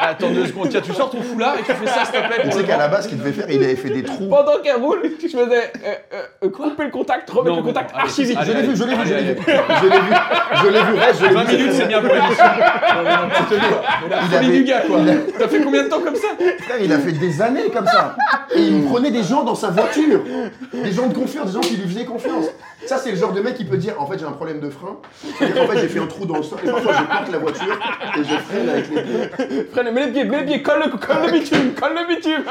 S2: Attends deux secondes. Tiens, tu sors ton foulard et tu fais ça, s'il te
S1: Tu
S2: plaît. pour le
S1: sais qu'à
S2: vent.
S1: la base, ce qu'il devait faire, il avait fait des trous.
S3: Pendant qu'elle roule, je faisais euh, euh, euh, couper le contact, remettre
S2: Non,
S3: le
S2: mais
S3: contact
S2: non, allez,
S3: archi vite.
S1: Je l'ai vu, je l'ai vu, je l'ai
S2: Allez,
S1: vu. Je l'ai vu, je l'ai vu, reste, je l'ai vu.
S2: 20 minutes, c'est bien pour l'émission. Non, mais non, je te jure. Mais la
S1: Il
S2: folie
S1: avait-
S2: du gars, quoi. T'as fait combien de temps comme ça
S1: Frère, il a fait des années comme ça. Et il prenait des gens dans sa voiture. Des gens de confiance, des gens qui lui faisaient confiance. Ça, c'est le genre de mec qui peut dire En fait, j'ai un problème de frein. En fait, j'ai fait un trou dans le sol. Et parfois, je porte la voiture et je freine avec les pieds.
S3: Freine, mets les pieds, mets les pieds, colle le, colle le bitume, colle le bitume.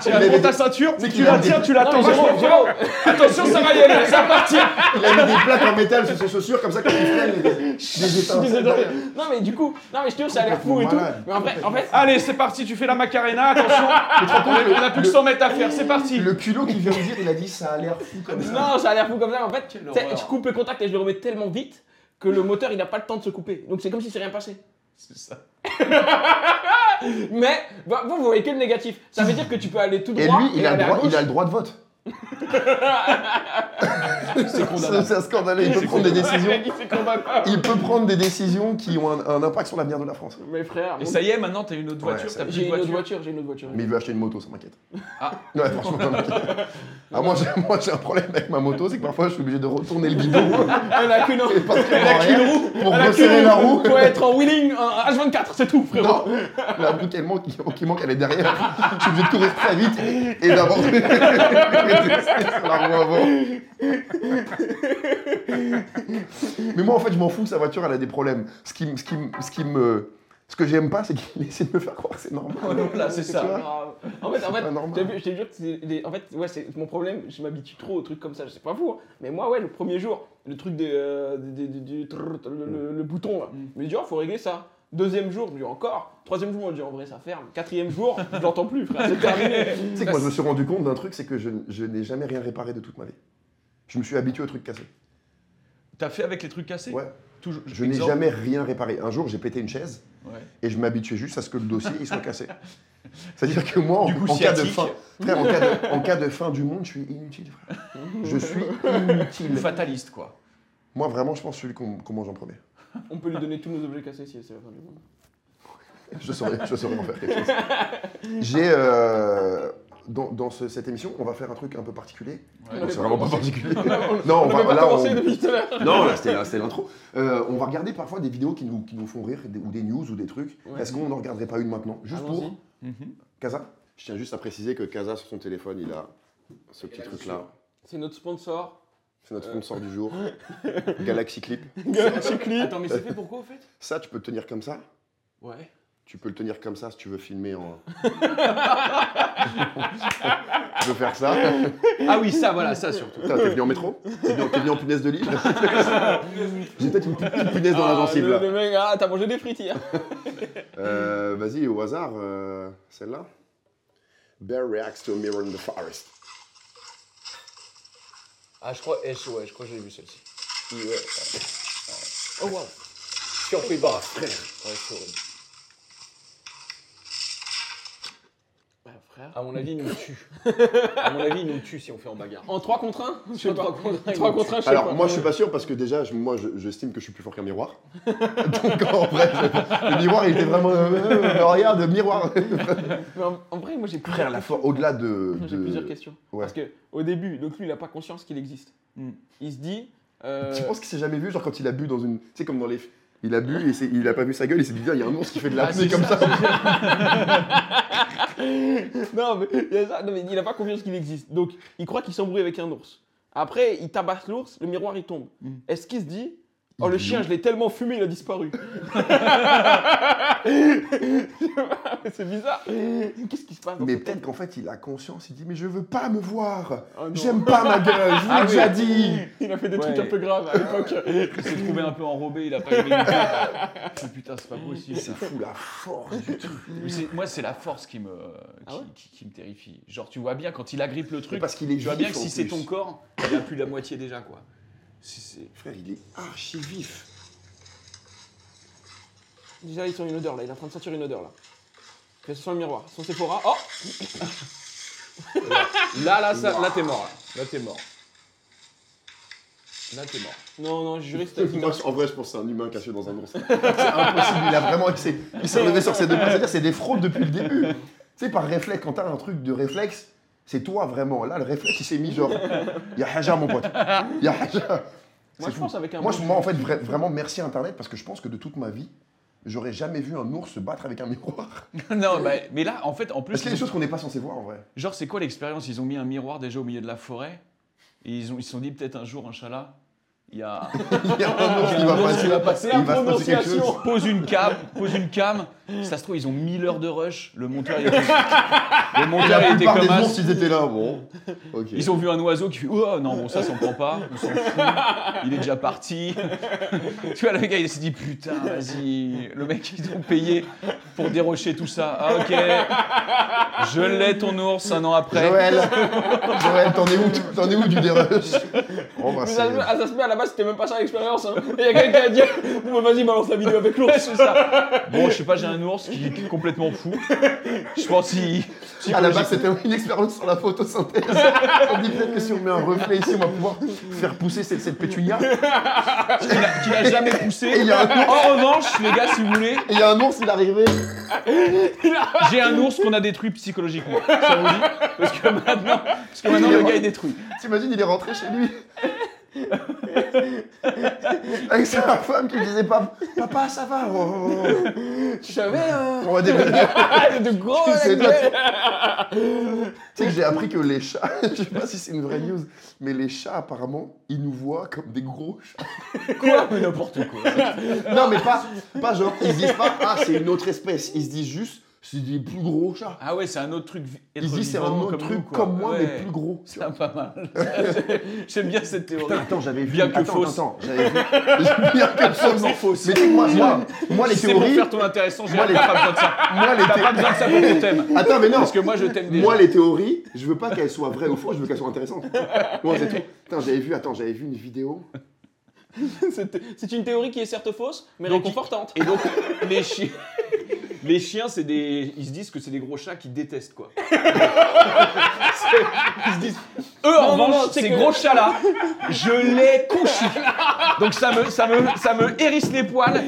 S2: Tiens, prends ta ceinture.
S1: C'est
S2: Tu
S1: qu'il
S2: la
S1: a des-
S2: tiens, tu la
S3: Attends,
S2: tends.
S3: Jérôme,
S2: Jérôme.
S3: Jérôme,
S2: Attention, ça va y aller. Ça partit.
S1: Il a mis des plaques en métal sur ses chaussures, comme ça, quand il freine, il y a des, des étincelles derrière.
S3: non mais du coup, non mais je te jure, ça a l'air fou et tout.
S1: Malade.
S3: Mais en vrai, en fait,
S2: Allez, c'est parti. Tu fais la macarena. Attention. On a plus que 100 mètres à faire. C'est parti.
S1: Le culot qui vient de dire, il a dit Ça a l'air fou comme ça.
S3: non, ça a l'air fou comme ça. mais En fait, tu sais,
S2: horreur.
S3: je coupe le contact et je le remets tellement vite que le moteur il n'a pas le temps de se couper. Donc c'est comme si c'est rien passé.
S2: C'est ça.
S3: Mais bah, vous, vous voyez que le négatif. Ça veut dire que tu peux aller tout
S1: Et
S3: droit.
S1: lui, il a,
S3: aller
S1: le
S3: à
S1: droit, il
S3: gauche.
S1: a le droit de vote.
S2: C'est condamné.
S1: Ça, C'est un scandale. Il peut prendre des décisions.
S3: Il s'est combattu.
S1: Il peut prendre des décisions qui ont un, un impact sur l'avenir de la France.
S3: Mais frère,
S2: Et
S3: mon-
S2: ça y est, maintenant, t'as une autre
S1: Ouais,
S2: voiture.
S1: ça-
S2: T'as plus
S3: j'ai
S2: de
S3: une autre
S2: voiture.
S3: voiture, j'ai une autre voiture.
S1: Mais il veut acheter une moto, ça m'inquiète.
S2: Ah.
S1: Ouais, franchement, ça m'inquiète. Ah, moi, j'ai, moi, j'ai un problème avec ma moto, c'est que parfois, je suis obligé de retourner le guidon
S3: Elle a qu'une
S1: et parce qu'elle
S3: elle a
S1: prend
S3: qu'une
S1: rien
S3: roue.
S1: pour
S3: Elle a
S1: resserrer
S3: qu'une
S1: la
S3: roue.
S1: roue.
S3: Ah, Faut être en wheeling, en H24, c'est tout,
S1: Non,
S3: frérot.
S1: la roue qu'elle manque, qui- qui manque, elle est derrière. Je suis obligé de courir très vite et d'avancer et de rester sur la roue avant. Mais moi, en fait, je m'en fous que sa voiture, elle a des problèmes. Ce qui, me- ce qui, me- ce qui me Ce que j'aime pas, c'est qu'il essaie de me faire croire que c'est normal.
S2: Voilà, c'est ça.
S1: Tu vois
S3: Grave. En fait, en fait,
S1: pas normal.
S3: t'as vu, je te jure que c'est les- en fait, ouais, c'est mon problème. Je m'habitue trop aux trucs comme ça. Je sais pas vous, hein, mais moi, ouais, le premier jour, le truc des, euh, des- des- du- du trrr, le, le- le bouton, là.
S2: Mm.
S3: Je me dis, oh, faut régler ça. Deuxième jour, je me dis encore. Troisième jour, on me dit, en vrai, ça ferme. Quatrième jour, je l'entends plus, frère, c'est terminé.
S1: Tu sais que moi, je me suis rendu compte d'un truc, c'est que je, je n'ai jamais rien réparé de toute ma vie. Je me suis habitué aux trucs cassés.
S2: T'as fait avec les trucs cassés
S1: Ouais.
S2: Toujours-
S1: Je n'ai
S2: exemple.
S1: jamais rien réparé. Un jour, j'ai pété une chaise
S2: Ouais.
S1: et je m'habituais juste à ce que le dossier il soit cassé. C'est-à-dire que moi, en,
S2: Du coup,
S1: en cas de
S2: sciatique.
S1: fin, frère, en cas de, en cas de fin du monde, je suis inutile, frère. Je suis inutile.
S2: Fataliste, quoi.
S1: Moi, vraiment, je pense que celui qu'on qu'on mange en premier.
S3: On peut lui donner tous nos objets cassés si c'est la fin du monde.
S1: Je saurais, je saurais en faire quelque chose. J'ai euh, dans, dans ce- cette émission, on va faire un truc un peu particulier.
S2: Ouais.
S1: Non, c'est vraiment pas particulier.
S3: on
S1: Non, on
S3: on
S1: va
S3: peut pas
S1: là,
S3: commencer
S1: on-
S3: depuis tout à l'heure.
S1: Non, là, c'était là, c'était l'intro. Euh, on va regarder parfois des vidéos qui nous, qui nous font rire, des- ou des news, ou des trucs.
S3: Ouais.
S1: Est-ce qu'on n'en regarderait pas une maintenant Juste
S3: Allons-y.
S1: pour Casa Je tiens juste à préciser que Casa, sur son téléphone, il a ce petit truc-là.
S3: C'est notre sponsor.
S1: C'est notre sponsor du jour, Galaxy Clip.
S2: Attends, mais c'est fait pourquoi, au fait
S1: Ça, tu peux le tenir comme ça
S2: Ouais.
S1: Tu peux le tenir comme ça si tu veux filmer en. tu veux faire ça
S2: Ah oui, ça, voilà, ça surtout.
S1: Putain, T'es venu en métro T'es venu, t'es venu en punaise de lit J'ai peut-être une petite punaise dans la
S3: Ah,
S1: gencive,
S3: le,
S1: là.
S3: le mec, ah, t'as mangé des frites hier.
S1: Euh, Vas-y, au hasard, euh, celle-là. Bear reacts to a mirror in the forest.
S5: Ah, je crois, eh, je- ouais, je crois que j'ai vu celle-ci. Ouais, ouais.
S3: Oh wow.
S5: Surpris par un frère. Ouais, c'est horrible.
S3: Bah, frère.
S5: À mon avis, il nous tue. à mon avis, il nous tue si on fait en bagarre.
S3: En 3 contre 1 Je sais
S5: En
S3: pas.
S5: trois contre un,
S3: 3
S5: il
S3: contre 1, je sais pas.
S1: Alors, moi, je suis pas sûr parce que déjà, je- moi, je- j'estime que je suis plus fort qu'un miroir. Donc, en vrai, je- le miroir, il était vraiment. euh, euh, regarde, miroir
S3: Mais en, en vrai, moi j'ai plusieurs,
S1: Frère, la fois, au-delà de.
S3: j'ai
S1: de-
S3: plusieurs questions.
S1: Ouais.
S3: Parce que au début, l'autre lui, il a pas conscience qu'il existe.
S2: Hmm.
S3: Il se dit. euh,
S1: Tu penses qu'il s'est jamais vu, genre quand il a bu dans une. Tu sais, comme dans les. Il a bu et c'est- il a pas vu sa gueule, il s'est dit, Viens, il y a un monstre qui fait de
S2: Ah,
S1: l'apnée
S2: c'est
S1: comme ça.
S3: non, mais, il y a ça- non, mais il a pas confiance qu'il existe. Donc il croit qu'il s'embrouille avec un ours. Après, il tabasse l'ours, le miroir il tombe.
S2: Hmm.
S3: Est-ce qu'il se dit. Oh, le chien, je l'ai tellement fumé, il a disparu. c'est bizarre. Qu'est-ce qui se passe dans
S1: Mais
S3: sa tête
S1: peut-être qu'en fait, il a conscience, il dit, mais je veux pas me voir
S3: Oh non.
S1: J'aime pas ma gueule, je vous l'ai
S3: Ah oui.
S1: déjà dit
S3: Il a fait des
S2: Ouais.
S3: trucs un peu graves à l'époque.
S2: Il s'est trouvé un peu enrobé, il a pas aimé l'idée. Mais Putain, c'est pas possible, ça.
S1: C'est fou la force du truc.
S2: Mais c'est- Moi, c'est la force qui me, qui,
S3: Ah ouais
S2: qui- qui me terrifie. Genre, tu vois bien, quand il agrippe le
S1: Mais
S2: truc,
S1: Parce qu'il est
S2: tu vois bien
S1: vif,
S2: que si
S1: en
S2: c'est
S1: plus.
S2: ton corps, il a plus de la moitié déjà, quoi. Si c'est-
S1: Frère, il est archi vif.
S3: Déjà, ils sont une odeur là, il est en train de sentir une odeur là. Que ce soit le miroir, son Sephora. Oh
S5: Là, là, ça, là, t'es mort. Là, Là, t'es mort. Là, t'es mort.
S3: Non, non, j'ai juré que c'était
S1: Moi, je- en vrai, je pense que c'est un humain caché dans un ours. C'est impossible, il a vraiment. c'est- Il s'est relevé sur ses deux pattes. C'est-à-dire, c'est des fraudes depuis le début. Tu sais, par réflexe, quand t'as un truc de réflexe, c'est toi vraiment. Là, le réflexe, il s'est mis genre. Il y a Hajar, mon pote. Il y a Hajar.
S3: Moi,
S1: C'est
S3: je
S1: fou.
S3: pense avec un.
S1: Moi,
S3: bon
S1: je- moi, en fait, vra- vraiment, merci à Internet parce que je pense que de toute ma vie, j'aurais jamais vu un ours se battre avec un miroir.
S2: non, bah, mais là, en fait, en
S1: Parce
S2: plus,
S1: qu'il y a des choses qu'on n'est pas censé voir en vrai.
S2: genre, c'est quoi l'expérience Ils ont mis un miroir déjà au milieu de la forêt. Et ils ont- ils se sont dit, peut-être un jour, Inch'Allah, il y a.
S1: Il y a un ours qui va passer.
S2: il va passer.
S1: Il va se passer quelque chose.
S3: prononciation.
S2: Pose une cam, pose une cam. Si ça se trouve, ils ont 1000 heures de rush. Le monteur, il était, le
S1: Et
S2: monteur,
S1: la
S2: il était
S1: plupart
S2: comme
S1: des
S2: un.
S1: ours, ils étaient là. Bon. Ok.
S2: Ils ont vu un oiseau qui fait Oh non, bon, ça s'en prend pas, on s'en fout, il est déjà parti. tu vois, le gars, il s'est dit Putain, vas-y, le mec, ils ont payé pour dérocher tout ça. Ah, ok, je l'ai ton ours un an après.
S1: Joël, Joël, t'en es où, tu- t'en es où du dérush Bon bah
S3: Mais
S1: c'est.
S3: ça, se- ah, ça se met à la base, c'était même pas ça l'expérience. Hein. Et il y a quelqu'un qui a dit Bon, bah, vas-y, balance la vidéo avec l'ours. c'est ça.
S2: Bon, je sais pas, j'ai un ours qui est complètement fou. Je pense qu'il.
S1: À la base, c'était une expérience sur la photosynthèse. On dit peut-être que si on met un reflet ici, on va pouvoir faire pousser cette, cette pétunia. Et
S2: qu'il a, qu'il a jamais
S1: il
S2: poussé.
S1: y a un ours,
S2: En revanche, les gars, si vous voulez,
S1: et il y a un ours, il est arrivé.
S2: j'ai un ours qu'on a détruit psychologiquement. Ça vous dit Parce que maintenant, parce que maintenant le gars est détruit.
S1: T'imagines, il est rentré chez lui. Avec sa femme qui disait Pap- Papa, ça va oh, oh, oh.
S3: Tu savais, hein
S1: On va débriefer.
S3: Ah, de gros
S1: C'est
S3: la gueule.
S1: Tu sais que j'ai appris que les chats, je sais pas si c'est une vraie news, mais les chats apparemment, ils nous voient comme des gros chats.
S5: Quoi Mais n'importe quoi.
S1: Non mais pas, pas genre, ils se disent pas ah c'est une autre espèce, ils se disent juste c'est des plus gros chats.
S2: Ah ouais, c'est un autre truc. vi- être
S1: Ils se disent c'est un
S2: vivant
S1: autre
S2: comme
S1: truc
S2: nous, quoi.
S1: comme moi mais
S2: Ouais.
S1: plus gros. tu vois.
S2: C'est pas mal. J'aime bien cette théorie.
S1: Putain, attends, j'avais vu.
S2: Bien que
S1: attends,
S2: fausse.
S1: attends, attends, j'avais vu. j'ai Bien que fausse.
S2: Absolument fausse.
S1: Mais tu sais, moi, moi, moi les
S2: Si c'est pour
S1: théories,
S2: faire ton intéressant, j'ai
S1: Moi, les-
S2: pas besoin de ça.
S1: moi les
S2: T'as pas
S1: théories.
S2: besoin de ça pour qu'on t'aime.
S1: Attends mais non.
S2: Parce que moi, je t'aime déjà.
S1: Moi, les théories, je veux pas qu'elles soient vraies ou fausses, je veux qu'elles soient intéressantes. Moi, c'est tout. Putain, j'avais vu, attends, j'avais vu une vidéo.
S3: C'est c'est une théorie qui est certes fausse, mais
S2: Donc,
S3: réconfortante.
S5: Et donc, les chiens. Les chiens, c'est des. Ils se disent que c'est des gros chats qui détestent, quoi. Ils se disent.
S2: Eux,
S3: Non,
S2: en
S3: non,
S2: revanche,
S3: non, c'est
S2: ces
S3: que-
S2: gros chats-là, je les conchis. Donc ça me, ça, me, ça me hérisse les poils.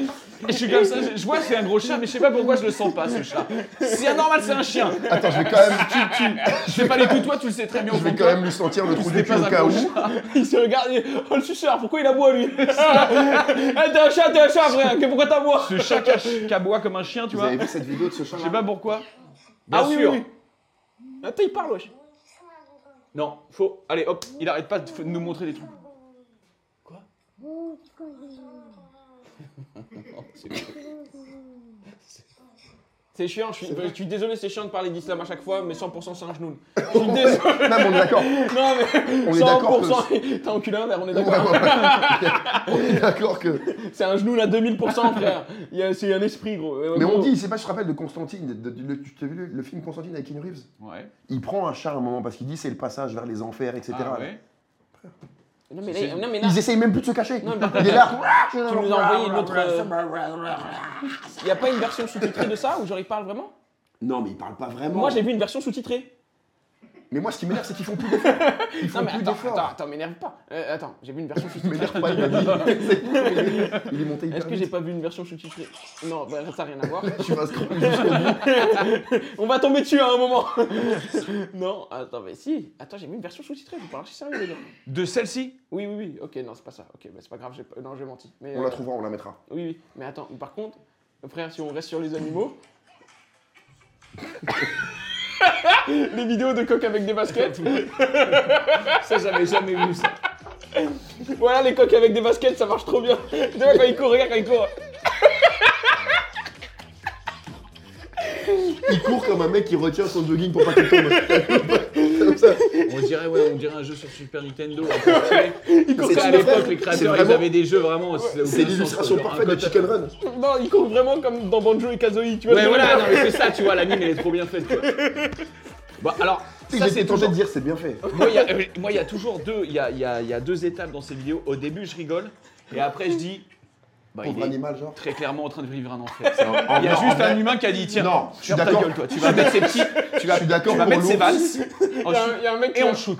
S2: Et je suis comme ça, je, je vois que c'est un gros chat, mais je sais pas pourquoi je le sens pas, ce chat. C'est anormal, c'est un chien.
S1: Attends, je vais quand même,
S2: Tu, tu, je fais pas les coups, toi, tu le sais très bien. au
S1: je
S2: fond
S1: vais
S2: de
S1: quand
S2: toi.
S1: même lui sentir le
S2: Ce
S1: trou
S2: n'est
S1: du cul
S2: pas
S1: au
S2: un
S1: cas
S2: gros
S1: où.
S2: chat.
S3: Il se regarde, il- oh le suceur, pourquoi il aboie lui Ah,
S2: Eh,
S3: T'es un chat, t'es un chat, frère, que- pourquoi t'aboies
S2: Ce chat cache- qu'aboie comme un chien, tu
S1: Vous
S2: vois.
S1: avez vu cette vidéo de ce chat
S2: Je sais pas pourquoi.
S5: Bien
S3: Ah oui,
S5: sûr.
S3: oui, oui. Attends, il parle, wesh.
S2: Non, faux. Allez, hop, il arrête pas de f- nous montrer des trucs.
S3: C'est chiant, je suis, je suis désolé, c'est chiant de parler d'islam à chaque fois, mais 100% c'est un genou. Je suis désolé.
S1: Non, mais on est d'accord.
S3: Non, mais
S1: On est d'accord que-
S3: 100%, t'as enculé un verre, on est
S1: Ouais,
S3: d'accord.
S1: ouais, ouais. On est d'accord que.
S3: C'est un genou à 2000%, frère. Il y a- C'est un esprit, gros. Euh,
S1: Mais
S3: gros.
S1: on dit, c'est pas, je te rappelle de Constantine, de- de- de- tu t'as vu le, le film Constantine avec Keanu Reeves
S2: Ouais.
S1: Il prend un chat à un moment parce qu'il dit c'est le passage vers les enfers, etc.
S2: Ah ouais.
S3: Non, mais là, non, mais là,
S1: Ils essayent même plus de se cacher.
S3: Non, mais-
S1: Il est là. Tu
S3: tu nous as envoyé une autre. Il a pas une version sous-titrée de ça où genre il parle vraiment
S1: Non, mais il parle pas vraiment.
S3: Moi j'ai vu une version sous-titrée.
S1: Mais moi, ce qui m'énerve, c'est qu'ils font plus d'efforts. Ils font
S3: Non, mais
S1: plus
S3: attends,
S1: d'efforts.
S3: attends, attends, m'énerve pas. Euh, attends, j'ai vu une version
S1: Il
S3: sous-titrée.
S1: m'énerve pas, il m'a dit. C'est- Il est monté hyper
S3: Est-ce que j'ai
S1: vite.
S3: pas vu une version sous-titrée Non, bah, ça n'a rien à voir.
S1: Tu vas scroller jusqu'au bout.
S3: On va tomber dessus à un moment. non, attends, mais si. Attends, j'ai vu une version sous-titrée, vous parlez sérieux, les gars.
S2: De celle-ci
S3: Oui, oui, oui. Ok, non, c'est pas ça. Ok, bah, c'est pas grave, j'ai pas- non, j'ai menti. Mais,
S1: On la
S3: euh,
S1: trouvera, on la mettra.
S3: Oui, oui. Mais attends, par contre, frère, si on reste sur les animaux. les vidéos de coq avec des baskets.
S5: Ça, j'avais jamais vu ça.
S3: Voilà les coqs avec des baskets, ça marche trop bien. Tu vois quand ils courent, regarde quand ils courent.
S1: Il court comme un mec qui retient son jogging pour pas qu'il tombe.
S5: On dirait, ouais, on dirait un jeu sur Super Nintendo. en fait, tu sais.
S3: Ils courent
S1: C'est
S5: à
S1: une
S3: comme des...
S5: l'époque, les
S1: C'est
S5: créateurs, ils
S1: vraiment-
S5: avaient des jeux vraiment. ça n'a aucun
S1: C'est
S5: sens,
S1: l'illustration
S5: quoi.
S1: parfaite de Chicken Run.
S3: Non, ils courent vraiment comme dans Banjo et Kazooie, tu vois.
S5: Ouais, voilà,
S3: ce que je veux
S5: non,
S3: dire
S5: mais c'est ça, tu vois, l'anime, elle est trop bien faite, quoi. Bah, alors, ça,
S1: J'étais
S5: c'est
S1: tenté
S5: toujours...
S1: de dire, c'est bien fait.
S2: Moi, il y a- euh, moi, il y, a toujours deux, il y a, il y a- il y a deux étapes dans ces vidéos. Au début, je rigole, et après, je dis, bah, il
S1: Pauvre
S2: est
S1: animal, genre.
S2: très clairement en train de vivre un enfer.
S1: Il
S2: Il y a juste un humain qui a dit, tiens,
S1: Non, je suis
S2: ferme ta
S1: d'accord.
S2: gueule, toi, tu vas mettre ses petits, tu vas,
S1: Je suis d'accord
S2: tu vas
S1: pour
S2: mettre ses
S1: l'ours.
S2: valses, en
S3: Il y a
S2: shoot,
S3: un- il y a un mec
S2: et
S3: qui-
S2: on shoot.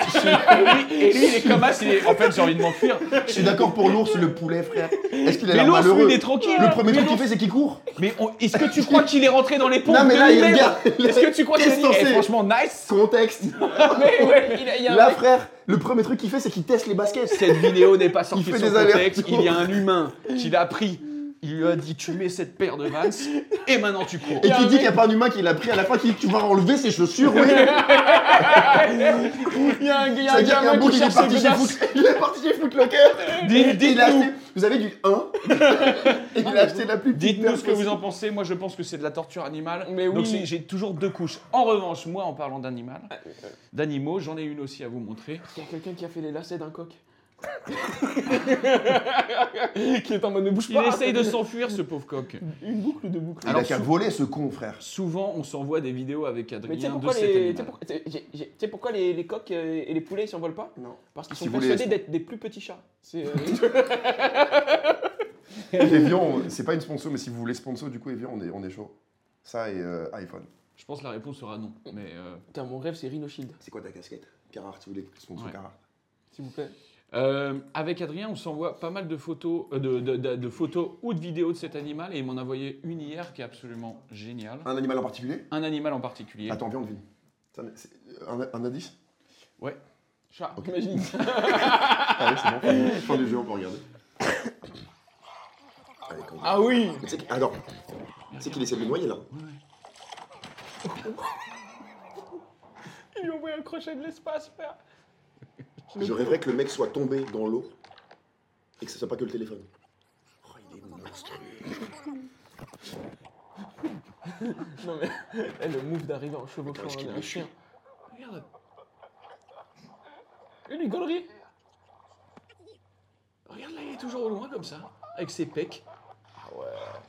S2: Et lui, et lui, il est comme as, il est- en fait, j'ai envie de m'enfuir.
S1: Je suis d'accord pour l'ours, le poulet, frère. Est-ce qu'il a
S2: Mais
S1: l'air
S2: l'ours, lui,
S1: malheureux
S2: il est tranquille.
S1: Le premier
S2: Mais
S1: truc qu'il
S2: l'ours-
S1: fait, c'est qu'il court.
S2: Mais on- est-ce que tu crois qu'il est rentré dans les ponts
S1: Non, mais
S2: de
S1: là, il
S2: lui-même
S1: regarde.
S2: Est-ce que tu crois qu'il
S1: Qu'est-ce
S2: est Eh,
S1: qu'on sait
S2: Franchement, nice.
S1: Contexte.
S3: Mais ouais, il y a- il y a un
S1: Là,
S3: mec-
S1: frère, le premier truc qu'il fait, c'est qu'il teste les baskets.
S2: Cette vidéo n'est pas sortie
S1: Il fait
S2: sans
S1: des
S2: contexte.
S1: allers-retours.
S2: Il y a un humain qui l'a pris. Il lui a dit Tu mets cette paire de Vans et maintenant tu cours.
S1: Et
S3: y a un
S1: qui dit
S3: mec-
S1: qu'il n'y a pas un humain qui l'a pris à la fin, qui dit tu vas enlever ses chaussures, oui.
S3: il y a un il y a un
S1: Ça veut dire qu'il y a un
S3: gamin
S1: bout, il
S3: qui
S1: est
S3: cherche ses
S1: parti chez
S3: godasses.
S1: Foot- il est parti chez Footlocker.
S2: Dites-
S1: Il a
S2: Dites-nous
S1: acheté- Vous avez du 1. Et il a acheté la plus petite.
S2: dites-nous ce que
S1: paire
S2: vous en pensez. Moi, je pense que c'est de la torture animale.
S3: Mais
S2: Donc,
S3: oui.
S2: c'est- j'ai toujours deux couches. En revanche, moi, en parlant d'animal, d'animaux, j'en ai une aussi à vous montrer.
S3: Il y a quelqu'un qui a fait les lacets d'un coq. qui est en mode ne bouge
S2: Il
S3: pas.
S2: essaye de s'enfuir, ce pauvre coq.
S3: Une boucle de boucle.
S1: possible. Il a
S2: Alors,
S1: qu'à
S2: sous-
S1: voler ce con, frère.
S2: Souvent, on s'envoie des vidéos avec
S3: Mais tu sais
S2: Adrien de
S3: pourquoi,
S2: cet
S3: les... tu sais
S2: animal.
S3: pour- tu sais- j'ai- j'ai- tu sais pourquoi les, les coqs euh, et les poulets ils s'envolent pas
S1: Non.
S3: Parce qu'ils
S1: Si
S3: sont
S1: vous voulez,
S3: persuadés d'être des plus petits chats. C'est, euh,
S1: Evian, c'est pas une sponsor, mais si vous voulez sponsor, du coup, Evian, on est, on est chaud. Ça et euh, iPhone.
S2: Je pense que la réponse sera non. Mais euh,
S3: Putain, mon rêve c'est Rhinoshield,
S1: C'est quoi ta casquette Carrard, tu voulais sponsor
S2: Ouais.
S1: Carrard.
S3: s'il vous plaît.
S2: Euh, avec Adrien, on s'envoie pas mal de photos, euh, de, de- de- de photos ou de vidéos de cet animal et il m'en a envoyé une hier qui est absolument géniale.
S1: Un animal en particulier
S2: Un animal en particulier.
S1: Attends, viens, on devine. Ça, c'est- Un, un indice
S2: Ouais.
S3: Chat,
S1: Ok.
S3: imagine.
S1: Ah oui, c'est bon. Fin du jeu, on peut regarder. Allez, quand même.
S3: Ah oui
S1: Tu sais qu'- alors, tu sais qu'il essaie de le noyer là.
S3: Il lui a envoyé un crochet de l'espace, frère.
S1: Je rêverais que le mec soit tombé dans l'eau et que ce soit pas que le téléphone. Oh, il est monstrueux.
S3: Non mais, eh, le move d'arriver en chevauchant
S1: Parce qu'il
S3: un
S1: me
S3: chien. Regarde. Une galerie.
S2: Regarde là, il est toujours au loin comme ça, avec ses pecs.
S3: Ah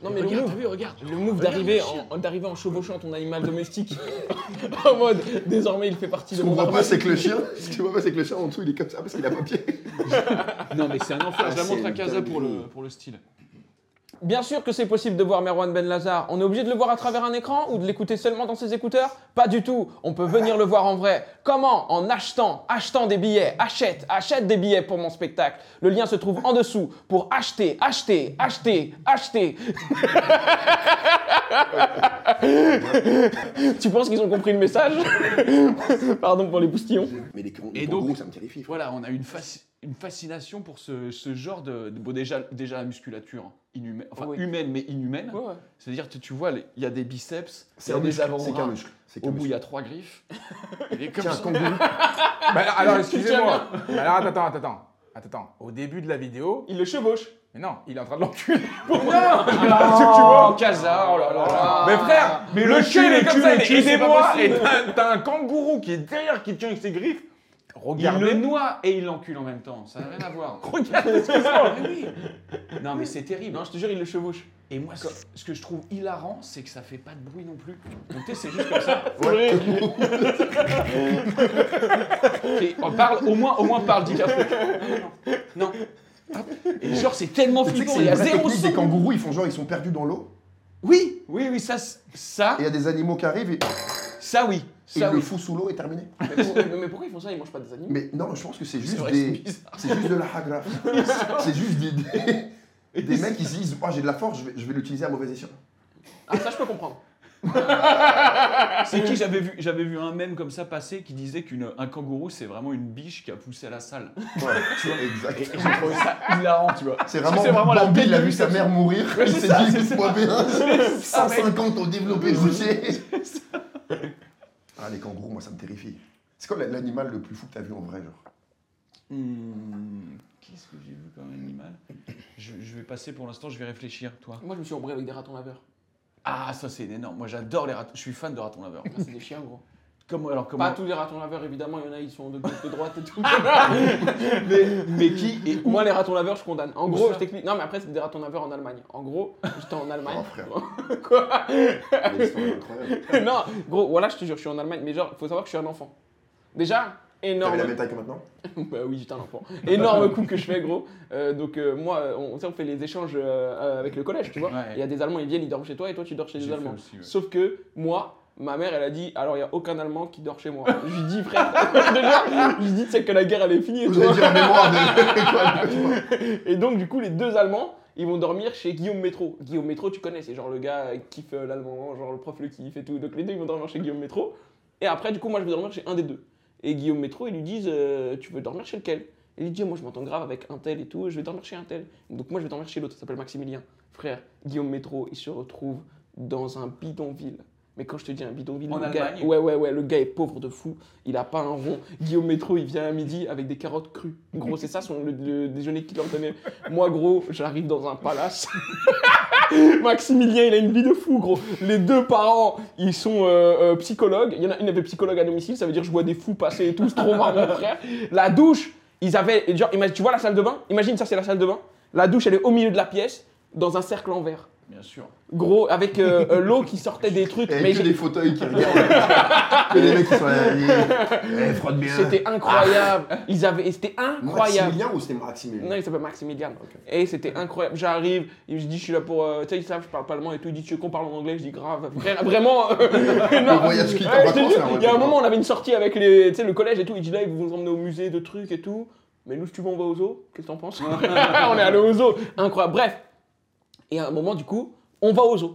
S3: Non mais le
S2: regarde,
S3: move,
S2: t'as vu, regarde.
S3: le move d'arriver en, d'arriver en chevauchant ton animal domestique. en mode, désormais il fait partie
S1: Ce
S3: de
S1: qu'on
S3: mon
S1: voit pas,
S3: armée.
S1: c'est que le chien, ce qu'on voit pas, c'est que le chien en dessous, il est comme ça parce qu'il a pas pied.
S2: Non, mais c'est un enfer.
S1: Ah,
S2: Je la
S1: c'est
S2: montre à
S1: une
S2: Casa pour le,
S1: dinguerie.
S2: pour le style.
S3: Bien sûr que c'est possible de voir Merwan Ben Lazar. On est obligé de le voir à travers un écran ou de l'écouter seulement dans ses écouteurs Pas du tout. On peut venir le voir en vrai. Comment En achetant, achetant des billets. Achète, achète des billets pour mon spectacle. Le lien se trouve en dessous pour acheter, acheter, acheter, acheter. tu penses qu'ils ont compris le message Pardon pour les boustillons.
S1: Mais les,
S2: Et
S1: les
S2: donc-
S1: kangourous, ça me terrifie. frère.
S2: Voilà, on a une, fasci- une fascination pour ce, ce genre de, de- Bon, déjà, déjà la musculature, hein, inhumaine, enfin
S3: Oui.
S2: humaine, mais inhumaine. C'est-à-dire, tu, tu vois, les- il y a des biceps, il y a des
S1: muscle,
S2: avant
S1: C'est qu'un muscle. C'est qu'un
S2: Au bout, il
S1: muscle.
S2: y a trois griffes. Il est comme
S1: Tiens,
S2: ça.
S1: kangourou.
S4: Bah, alors, excusez-moi. Bah, alors, attends, attends, attends. Attends, attends. Au début de la vidéo,
S3: Il le chevauche.
S4: mais non, il est en train de l'enculer.
S2: Oh, Casa, oh là là là.
S4: mais frère, mais le,
S2: le
S4: chien, il
S2: cul,
S4: est
S2: le
S4: comme
S2: cul, le
S4: ça, il est
S2: cul, c'est pas
S4: aidez-moi. Et
S2: possible.
S4: t'as t'as un kangourou qui est derrière, qui tient avec ses griffes.
S2: Il le
S4: Regardez.
S2: noie et il l'encule en même temps. Ça n'a rien à voir.
S4: Regardez.
S2: Mais oui. Non, mais c'est terrible.
S3: Non, je te jure, il le chevauche.
S2: Et moi, ce, ce que je trouve hilarant, c'est que ça fait pas de bruit non plus. Donc, tu sais, c'est juste comme ça.
S1: Ouais.
S2: Et on parle, au moins, au moins parle DiCaprio. Non, non, non. Hop. Et genre, c'est tellement
S1: Tu sais que
S2: flippant.
S1: c'est
S2: Il y a
S1: une vraie
S2: zéro
S1: technique des
S2: son.
S1: kangourous, ils font genre, ils sont perdus dans l'eau.
S2: Oui, oui, oui, ça, c- ça,
S1: Et il y a des animaux qui arrivent et,
S2: ça oui.
S1: et
S2: Ça
S1: le
S2: oui.
S1: fou sous l'eau est terminé.
S3: Mais, pour- mais pourquoi ils font ça Ils mangent pas des animaux
S1: Mais non, je pense que c'est
S2: C'est
S1: juste
S2: vrai, c'est
S1: des.
S2: bizarre.
S1: C'est juste de la hagra. c'est juste des, des, des mecs qui se disent Oh, j'ai de la force, je vais, je vais l'utiliser à mauvais escient.
S3: Ah, ça, je peux comprendre.
S2: C'est qui J'avais vu, j'avais vu un mème comme ça passer qui disait qu'un kangourou, c'est vraiment une biche qui a poussé à la salle.
S1: Ouais, tu vois, exact.
S2: J'ai trouvé ça hilarant, tu vois.
S1: C'est vraiment,
S2: c'est vraiment la
S1: Bambi,
S2: bête
S1: il a
S2: de
S1: vu
S2: lui,
S1: sa
S2: comme
S1: mère mourir,
S2: Ouais,
S1: il
S2: c'est
S1: s'est
S2: ça,
S1: dit
S2: c'est
S1: 8 point B1, 150 ont développé Gaucher. Ah, les kangourous, moi, ça me terrifie. C'est quoi l'animal le plus fou que t'as vu en vrai, genre
S2: Hmm, Qu'est-ce que j'ai vu comme animal je, je vais passer pour l'instant, je vais réfléchir, toi.
S3: Moi, je me suis ombré avec des ratons laveurs.
S2: Ah, ça c'est énorme. Moi j'adore les ratons. Je suis fan de ratons laveurs.
S3: Ah, c'est des chiens, gros.
S2: Comment alors comment
S3: Pas tous les ratons laveurs, évidemment, il y en a, ils sont de gauche, de droite et tout.
S2: mais, mais qui et où
S3: Moi, les ratons laveurs, je condamne. En
S2: Où
S3: gros,
S2: ça
S3: je t'explique. Non, mais après, c'est des ratons laveurs en Allemagne. En gros, j'étais en Allemagne.
S1: Oh, frère.
S3: Quoi
S1: Mais l'histoire est incroyable.
S3: Non, gros, voilà, je te jure, je suis en Allemagne, mais genre, faut savoir que je suis un enfant. Déjà,
S1: T'avais
S3: énorme.
S1: la même taille que maintenant
S3: bah oui, j'étais un enfant. Énorme coup que je fais, gros. Euh, donc, euh, moi, on, tu sais, on fait les échanges euh, euh, avec le collège, tu vois.
S2: Ouais.
S3: Il y a des Allemands, ils viennent, ils dorment chez toi, et toi, tu dors chez
S2: J'ai
S3: les
S2: fait
S3: Allemands.
S2: aussi, ouais.
S3: Sauf que moi, ma mère, elle a dit alors il y a aucun Allemand qui dort chez moi. je lui dis frère, déjà, je lui dis tu sais que la guerre elle est finie. et
S1: Vous
S3: tout.
S1: avez dit en mémoire de.
S3: Et donc du coup les deux Allemands, ils vont dormir chez Guillaume Métro. Guillaume Métro, tu connais, c'est genre le gars euh, qui kiffe euh, l'allemand, genre le prof le kiffe et tout. Donc les deux ils vont dormir chez Guillaume Métro. Et après du coup moi je vais dormir chez un des deux. Et Guillaume Métro ils lui disent euh, tu veux dormir chez lequel Et il dit moi je m'entends grave avec un tel et tout, je vais dormir chez un tel. Donc moi je vais dormir chez l'autre, ça s'appelle Maximilien. Frère, Guillaume Métro, il se retrouve dans un bidonville. Mais quand je te dis un bidonville,
S2: En
S3: le gars,
S2: Allemagne
S3: ouais, ouais, ouais, le gars est pauvre de fou, il a pas un rond. Guillaume Métro, il vient à midi avec des carottes crues. Gros, c'est ça son, le, le déjeuner qu'il leur donnait. Moi, gros, j'arrive dans un palace. Maximilien, il a une vie de fou, gros. Les deux parents, ils sont euh, euh, psychologues. Il y en a une avait psychologue à domicile, ça veut dire je vois des fous passer et tout, c'est trop marrant, frère. La douche, ils avaient, genre, imagine, tu vois la salle de bain Imagine ça, c'est la salle de bain. La douche, elle est au milieu de la pièce, dans un cercle en verre.
S2: Bien sûr.
S3: Gros, avec euh, euh, l'eau qui sortait des trucs.
S1: Et
S3: mais
S1: que
S3: je-
S1: des fauteuils qui regardent. Que les mecs qui sont là. ils- Eh, frotte bien.
S3: c'était incroyable. Ils avaient, et c'était incroyable.
S1: Maximilien ou c'était
S3: Non,
S1: Maximilien
S3: il s'appelle Maximilian. Et c'était incroyable. J'arrive, il me dit je suis là pour. euh, tu sais, ils savent, je parle pas allemand et tout. Il dit tu veux qu'on parle en anglais Je dis grave. Vra- Vraiment. euh, non.
S1: Le voyage qui
S3: Ouais,
S1: part en
S3: je te
S1: vacances,
S3: jure,
S1: là, ouais,
S3: Il y a un
S1: c'est
S3: moment, on avait une sortie avec les, tu sais, le collège et tout. Il dit là, ils vont nous emmener au musée de trucs et tout. Mais nous, si tu veux, on va au zoo. Qu'est-ce que t'en penses On est allé au zoo. Incroyable. Bref. Et à un moment, du coup, on va au zoo.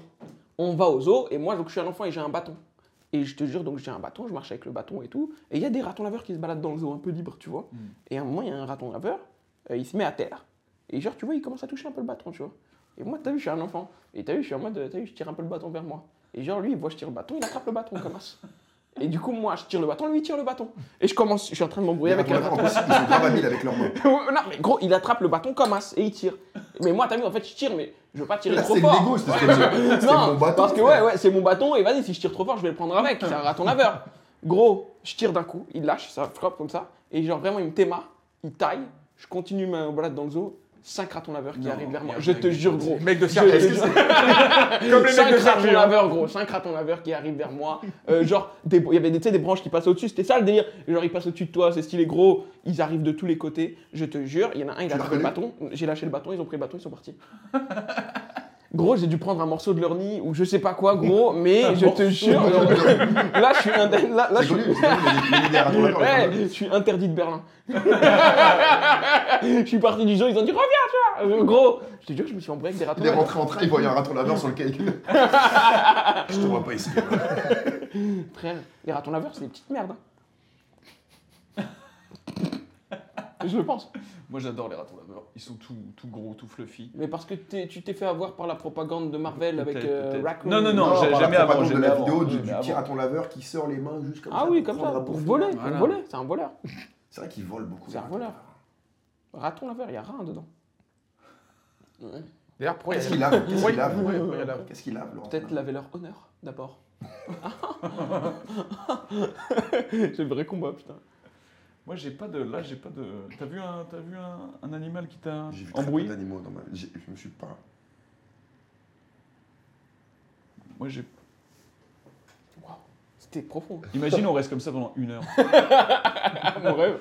S3: On va au zoo. Et moi, donc, je suis un enfant et j'ai un bâton. Et Et je te jure, donc j'ai un bâton, je marche avec le bâton et tout. Et il y a des ratons laveurs qui se baladent dans le zoo un peu libre, tu
S1: Mm.
S3: vois. Et à un moment, il y a un raton laveur, euh, il se met à terre. Et genre, tu vois, il commence à toucher un peu le bâton, tu vois. Et moi, t'as vu, je suis un enfant. Et t'as vu, je suis en mode, euh, t'as vu, je tire un peu le bâton vers moi. Et genre, lui, il voit, je tire le bâton, il attrape le bâton, comme as. Et du coup, moi, je tire le bâton, lui, il tire le bâton. Et je commence, je suis en train de m'embrouiller avec un
S1: en plus, ils sont grave habiles avec leurs mains.
S3: Ouais, non, mais gros, il attrape le bâton comme as et il tire. Mais moi, t'as vu, en fait, je tire, mais je veux pas tirer
S1: Là,
S3: trop
S1: c'est
S3: fort.
S1: l'ego, c'est ce que je- c'est
S3: Non,
S1: mon bâton,
S3: Parce que ouais,
S1: frère.
S3: ouais, c'est mon bâton et vas-y, si je tire trop fort, je vais le prendre avec. C'est un raton laveur. Gros, je tire d'un coup, il lâche, ça frappe comme ça. Et genre, vraiment, il me téma, il taille. Je continue ma balade dans le zoo. Cinq ratons laveurs qui
S2: Non,
S3: arrivent vers moi.
S2: merde,
S3: Je te
S2: mec,
S3: jure, gros.
S4: Mec de
S3: Je-
S4: Sergi,
S3: je-
S4: comme les mecs
S3: Cinq
S4: de
S3: ratons
S4: Sergi. hein.
S3: laveurs, gros, cinq ratons laveurs qui arrivent vers moi. Euh, genre, des- il y avait des, tu sais, des branches qui passent au-dessus, c'était ça le délire. Genre, ils passent au-dessus de toi, c'est stylé gros, ils arrivent de tous les côtés, je te jure. Il y en a un, il
S1: Tu
S3: a
S1: l'as
S3: pris le
S1: reconnu
S3: bâton, j'ai lâché le bâton, ils ont pris le bâton, ils sont partis. Gros, j'ai dû prendre un morceau de leur nid ou je sais pas quoi, gros, mais je te jure, genre, là je suis indemne- là, là,
S1: C'est
S3: je suis
S1: connu, c'est connu, les- les libérateurs, les
S3: Ouais,
S1: libérateurs.
S3: je suis interdit de Berlin. je suis parti du zoo, ils ont dit reviens, tu vois. Euh, Gros, je te jure que je me suis embrouillé avec des ratons.
S1: Il est rentré en train, il voyait un raton laveur sur le cake. je te vois pas ici.
S3: Frère, les ratons laveurs, c'est des petites merdes. hein. Je le pense.
S2: Moi, j'adore les ratons laveurs. Ils sont tout, tout gros, tout fluffy.
S3: Mais parce que t'es- tu t'es fait avoir par la propagande de Marvel avec
S2: Peut-être,
S3: euh,
S2: peut-être.
S3: Raccoon.
S2: Non, non, non, j'ai-
S1: par la
S2: jamais avant,
S1: propagande de
S2: jamais
S1: la
S2: avant.
S1: vidéo du,
S2: Jamais
S1: du petit
S2: avant.
S1: raton laveur qui sort les mains juste comme ça.
S3: euh, Ah oui, comme ça,
S1: prendre un
S3: pour
S1: bout.
S3: voler, pour
S2: Voilà.
S3: voler, c'est un voleur.
S1: C'est vrai qu'ils volent beaucoup. hein.
S3: C'est un voleur. Raton laveur, il y a rien dedans. Ouais.
S4: D'ailleurs, pourquoi il y a-
S1: Qu'est-ce qu'il lave Qu'est-ce
S4: Oui,
S1: qu'il lave
S4: oui, oui, il lave.
S1: Qu'est-ce qu'il lave, Laurent
S3: Peut-être laver leur honneur d'abord. c'est le vrai combat, putain.
S2: Moi, j'ai pas de. Là, j'ai pas de. T'as vu un, t'as vu un, un animal qui t'a
S1: J'ai vu très peu
S2: embrouillé
S1: d'animaux dans ma j'ai- Je me suis pas.
S2: Moi, j'ai.
S3: C'était profond.
S2: Imagine, on reste comme ça pendant une heure.
S3: mon rêve.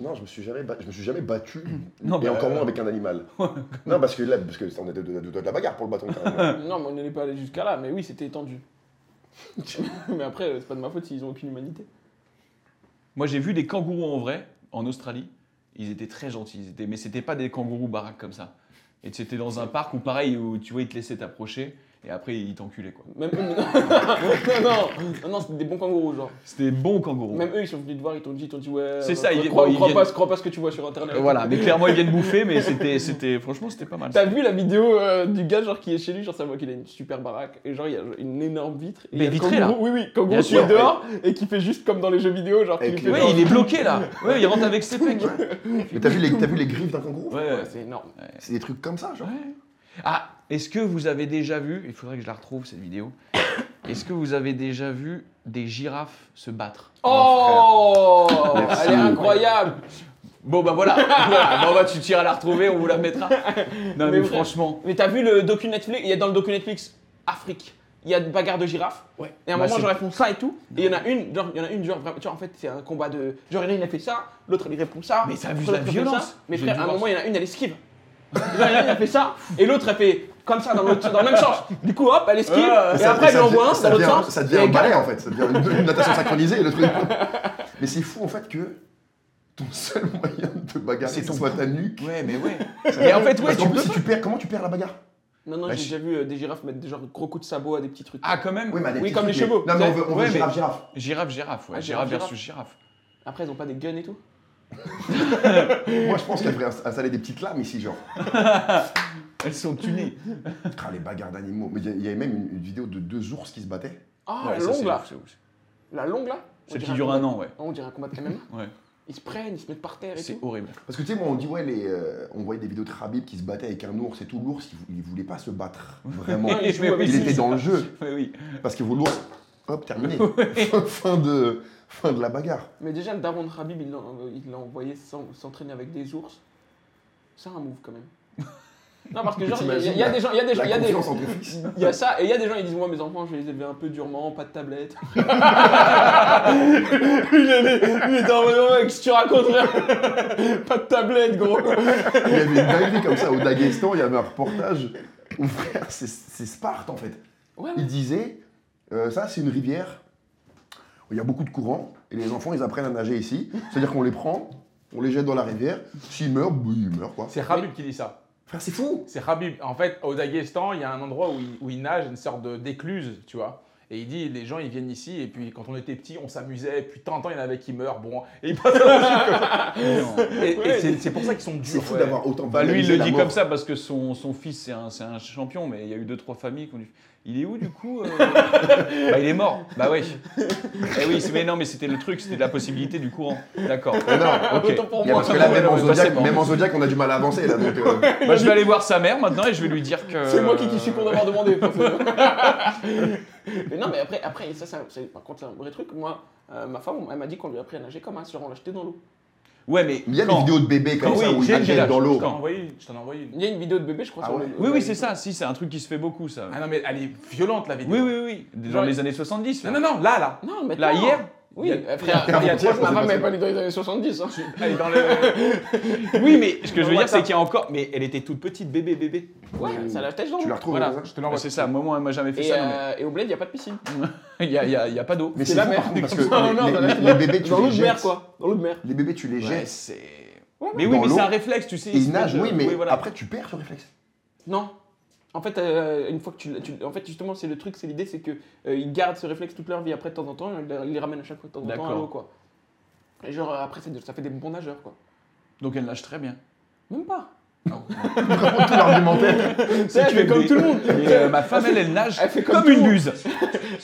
S1: Non, je me suis jamais, ba- je me suis jamais battu.
S2: Non,
S1: et
S2: bah,
S1: encore
S2: euh,
S1: moins avec un animal. non, parce que là, parce que on était de, de- de- de la bagarre pour le bâton. carrément.
S3: Non, mais on n'est pas allé jusqu'à là, mais oui, c'était étendu. mais après, c'est pas de ma faute s'ils ont aucune humanité.
S2: Moi, j'ai vu des kangourous en vrai, en Australie. Ils étaient très gentils, ils étaient... mais c'était pas des kangourous baraques comme ça. Et c'était dans un parc où, pareil, où tu vois, ils te laissaient t'approcher et après, ils t'enculaient, quoi.
S3: Même eux, non, non, non, non, c'était des bons kangourous, genre.
S2: C'était bon kangourou.
S3: Même eux, ils sont venus te voir, ils t'ont dit, ils t'ont dit, ouais.
S2: C'est
S3: euh,
S2: ça, ils-
S3: crois,
S2: bon, ils
S3: crois pas,
S2: viennent-
S3: crois pas ce que tu vois sur internet.
S2: Euh, Voilà, mais clairement, ils viennent bouffer, mais c'était, c'était, franchement, c'était pas mal.
S3: T'as vu la vidéo euh, du gars, genre, qui est chez lui, genre, ça voit qu'il a une super baraque, et genre, il y a une énorme vitre. Et il
S2: Mais
S3: y a le
S2: vitré, là.
S3: kangourou- Oui, oui, kangourou
S2: Bien
S3: qui est
S2: sûr.
S3: dehors, et qui fait juste comme dans les jeux vidéo, genre, qui
S1: Avec
S3: lui fait
S1: les-
S2: Ouais,
S3: genre-
S2: il est bloqué là. Ouais, il rentre avec ses pecs.
S1: Mais t'as vu les, t'as vu les griffes d'un kangourou
S2: Ouais.
S3: Ouais, c'est énorme.
S1: C'est des trucs comme ça, genre.
S2: Ouais. Ah, est-ce que vous avez déjà vu, il faudrait que je la retrouve cette vidéo, est-ce que vous avez déjà vu des girafes se battre
S3: Oh, Elle est
S1: Merci.
S3: incroyable
S2: Bon bah voilà, Voilà. bon bah tu tires à la retrouver, on vous la mettra. Non
S3: Mais
S2: mais,
S3: vrai.
S2: franchement,
S3: Mais t'as vu le docu Netflix Il y a dans le docu Netflix Afrique. Il y a des bagarres de girafes.
S2: Ouais.
S3: Et à un
S2: Bah,
S3: moment,
S2: c'est-
S3: genre, elles font ça et tout. Et il y en a une, genre, il y en a une, genre, vraiment- tu vois, en fait, c'est un combat de. Genre, il y en a une, elle fait ça, l'autre, elle répond ça.
S2: Mais ça a vu
S3: l'autre,
S2: de la
S3: elle fait ça.
S2: violence.
S3: Mais
S2: J'ai
S3: frère,
S2: dû
S3: à un
S2: voir
S3: moment, il y en a une, elle esquive. Genre, il y en a une, elle fait ça, et l'autre, elle fait comme ça dans, l'autre- dans le même sens. Du coup, hop, elle esquive. et
S1: Ça-
S3: après, elle
S1: ça
S3: lui envoie
S1: devient-
S3: un
S1: ça
S3: dans l'autre
S1: devient-
S3: sens.
S1: Ça
S3: et
S1: devient
S3: elle
S1: un
S3: gagne.
S1: balai en fait, ça devient une, une natation synchronisée et le truc. Mais c'est fou en fait que ton seul moyen de bagarre,
S2: C'est
S1: c'est
S2: ton
S1: soit ta nuque.
S2: ouais mais ouais. Mais en fait ouais,
S1: Parce
S2: tu
S1: qu'en plus,
S2: peux
S1: si tu perds, comment tu perds la bagarre
S3: Non, non,
S2: Bah,
S3: j'ai
S2: je-
S3: déjà vu euh, des girafes mettre des genre, gros coups de sabot à des petits trucs.
S2: Ah quand même.
S1: mais des
S3: Oui,
S1: petits
S3: comme les
S1: trucs,
S3: chevaux.
S1: mais- Non, mais on veut, on
S2: Ouais,
S1: veut
S2: mais-
S1: girafe, girafe.
S2: Girafe girafe ouais,
S3: Ah,
S2: girafe
S3: girafe,
S2: versus girafe.
S3: Après, ils ont pas des guns et tout.
S1: Moi, je pense qu'elle devrait installer des petites lames ici, genre.
S2: Elles sont tunées.
S1: Ah, les bagarres d'animaux. Mais il y a- il y, avait même une, une vidéo de deux ours qui se battaient.
S3: Ah,
S2: Ouais,
S3: la
S2: ça, c'est
S3: longue là.
S2: ouf, c'est ouf.
S3: La longue là. On
S2: Celle
S3: dirait
S2: qui dure
S3: combat-
S2: un an ouais.
S3: On dirait un combat de MMA.
S2: Ouais.
S3: Ils se prennent, ils se mettent par terre et
S2: C'est
S3: tout.
S2: horrible.
S1: Parce que tu sais, moi, on dit, ouais, les, euh, on voyait des vidéos de Khabib qui se battait avec un ours et tout. L'ours, il, vou- il voulait pas se battre, vraiment.
S3: il joue
S2: Mais
S3: avec-
S2: oui,
S1: il
S2: si,
S1: était
S2: si.
S1: dans le jeu.
S2: Ouais, oui.
S1: Parce que vos l'ours, hop, terminé. fin, de, fin de la bagarre.
S3: Mais déjà, le daron de Habib, il l'a- il l'a envoyé s'en- s'entraîner avec des ours. C'est un move quand même. Non, parce que genre, il y a- il y, a- il y a des gens, il y a des gens,
S1: La
S3: il y a des.
S1: confiance en ton fils.
S3: Il y a ça, et il y a des gens, ils disent Moi, mes enfants, je vais les élever un peu durement, pas de tablette. lui, il est- lui, il était en mode Ouais, qu'est-ce que tu racontes, frère Pas de tablette, gros.
S1: Il y avait une dinguerie comme ça au Daghestan, il y avait un reportage où frère, c'est c'est Sparte en fait.
S3: Ouais, ouais.
S1: Il disait, euh, ça c'est une rivière, où il y a beaucoup de courants, et les enfants ils apprennent à nager ici. C'est-à-dire qu'on les prend, on les jette dans la rivière, s'ils meurent, bah, ils meurent quoi.
S4: C'est Habib qui dit ça.
S1: Frère c'est fou
S4: C'est Habib. En fait, au Daghestan, il y a un endroit où il, où il nage, une sorte de- d'écluse, tu vois. Et il dit, les gens, ils viennent ici, et puis quand on était petit, on s'amusait, et puis tant, tant, il y en avait qui meurent, bon, et ils passent à la suite, quoi. Et, et
S3: Ouais.
S4: c'est- c'est pour ça qu'ils sont
S1: C'est
S4: durs.
S1: fou
S4: ouais.
S1: d'avoir autant
S2: Bah, lui, il
S1: banalisé
S2: le
S1: la
S2: dit
S1: mort.
S2: comme ça parce que son, son fils, c'est un, c'est un champion, mais il y a eu deux, trois familles qui ont dit Il est où du coup euh Bah, il est mort. Bah, oui. Eh oui, c'est- mais non, mais c'était le truc, c'était la possibilité du courant. D'accord.
S1: Mais non,
S2: Ok.
S3: Autant pour
S1: Il y a-
S3: moi.
S1: parce que là, même en,
S2: Ouais, ouais,
S1: Zodiac,
S2: ouais,
S1: même
S2: ouais.
S1: en Zodiac, on a du mal à avancer là. Donc, euh,
S2: Bah, je vais aller voir sa mère maintenant et je vais lui dire que.
S3: C'est moi qui, qui suis con d'avoir demandé. parce que- mais non, mais après, après ça, ça, c'est- par contre, c'est un vrai truc. Moi, euh, ma femme, elle m'a dit qu'on lui a appris à nager comme un sur on l'a jeté dans l'eau.
S2: Ouais, mais.
S1: il y a des
S2: quand
S1: vidéos de bébés comme
S2: Oui,
S1: ça où ils
S2: j'ai- j'ai
S1: nagent
S2: l'âge,
S1: dans l'eau.
S2: je t'en-
S4: envoyé- je t'en ai envoyé une.
S3: Il y a une vidéo de bébé, je crois.
S4: Ah
S3: sur
S4: ouais.
S3: le-
S2: Oui, oui, c'est ça, si, c'est un truc qui se fait beaucoup, ça.
S4: Ah non, mais elle est violente, la vidéo.
S2: Oui, oui, oui. Dans
S4: Genre-
S2: les années 70. là.
S4: Non, non, non, là, là.
S3: Non, mais
S2: Là,
S3: non.
S2: hier
S3: Oui,
S4: Il y
S3: euh, frère,
S1: il y a
S3: ma
S1: trois jours,
S3: femme
S1: c'est
S3: n'est pas née dans les années 70. hein.
S4: Elle est dans le.
S2: Oui, mais ce que je veux
S4: Ouais,
S2: dire, c'est
S4: ça.
S2: qu'il y a encore. Mais elle était toute petite, bébé, bébé.
S3: Ouais, ça l'a jeté dans
S1: Tu la
S3: l'eau.
S1: retrouves
S2: Voilà.
S1: Elsa
S4: Je te
S2: Bah,
S4: l'envoie.
S2: C'est ça, moi, moi, elle m'a jamais fait
S3: Et,
S2: ça. non,
S3: euh, et au bled, il n'y a pas de piscine.
S2: mais- Il n'y a, il y a- il y a pas d'eau.
S1: Mais
S3: C'est
S1: c'est
S3: la
S1: fou,
S3: mer,
S1: par contre, parce
S3: comme ça, non,
S1: que
S3: dans
S1: les-
S3: la-
S1: les- les bébés, tu
S3: Dans l'eau
S1: les
S3: de mer,
S1: jettes.
S3: quoi. Dans l'eau de mer.
S1: Les bébés, tu les
S2: Ouais,
S1: jettes.
S2: c'est.
S3: Ouais,
S2: Mais
S1: dans
S2: oui, mais c'est
S1: l'eau.
S2: un réflexe, tu sais.
S1: Et ils
S2: espèce
S1: nagent,
S2: de-
S1: oui, mais
S2: euh, oui, voilà.
S1: après, tu perds ce réflexe.
S3: Non. En fait, euh, une fois que tu, l'as- tu- en fait, justement, c'est le truc, c'est l'idée, c'est que euh, ils gardent ce réflexe toute leur vie. Après, de temps en temps, ils le- ils les ramènent à chaque fois de temps en temps à
S2: D'accord.
S3: l'eau, quoi. Et genre, euh, après, ça, ça fait des bons nageurs, quoi.
S2: Donc elle nage très bien.
S3: Même pas.
S1: Vraiment tout l'argumentaire.
S3: C'est elle fait comme tout le monde.
S2: Et, euh, ma femme, elle, elle nage
S3: Elle fait comme
S2: comme,
S3: tout
S2: une
S3: le monde.
S2: buse.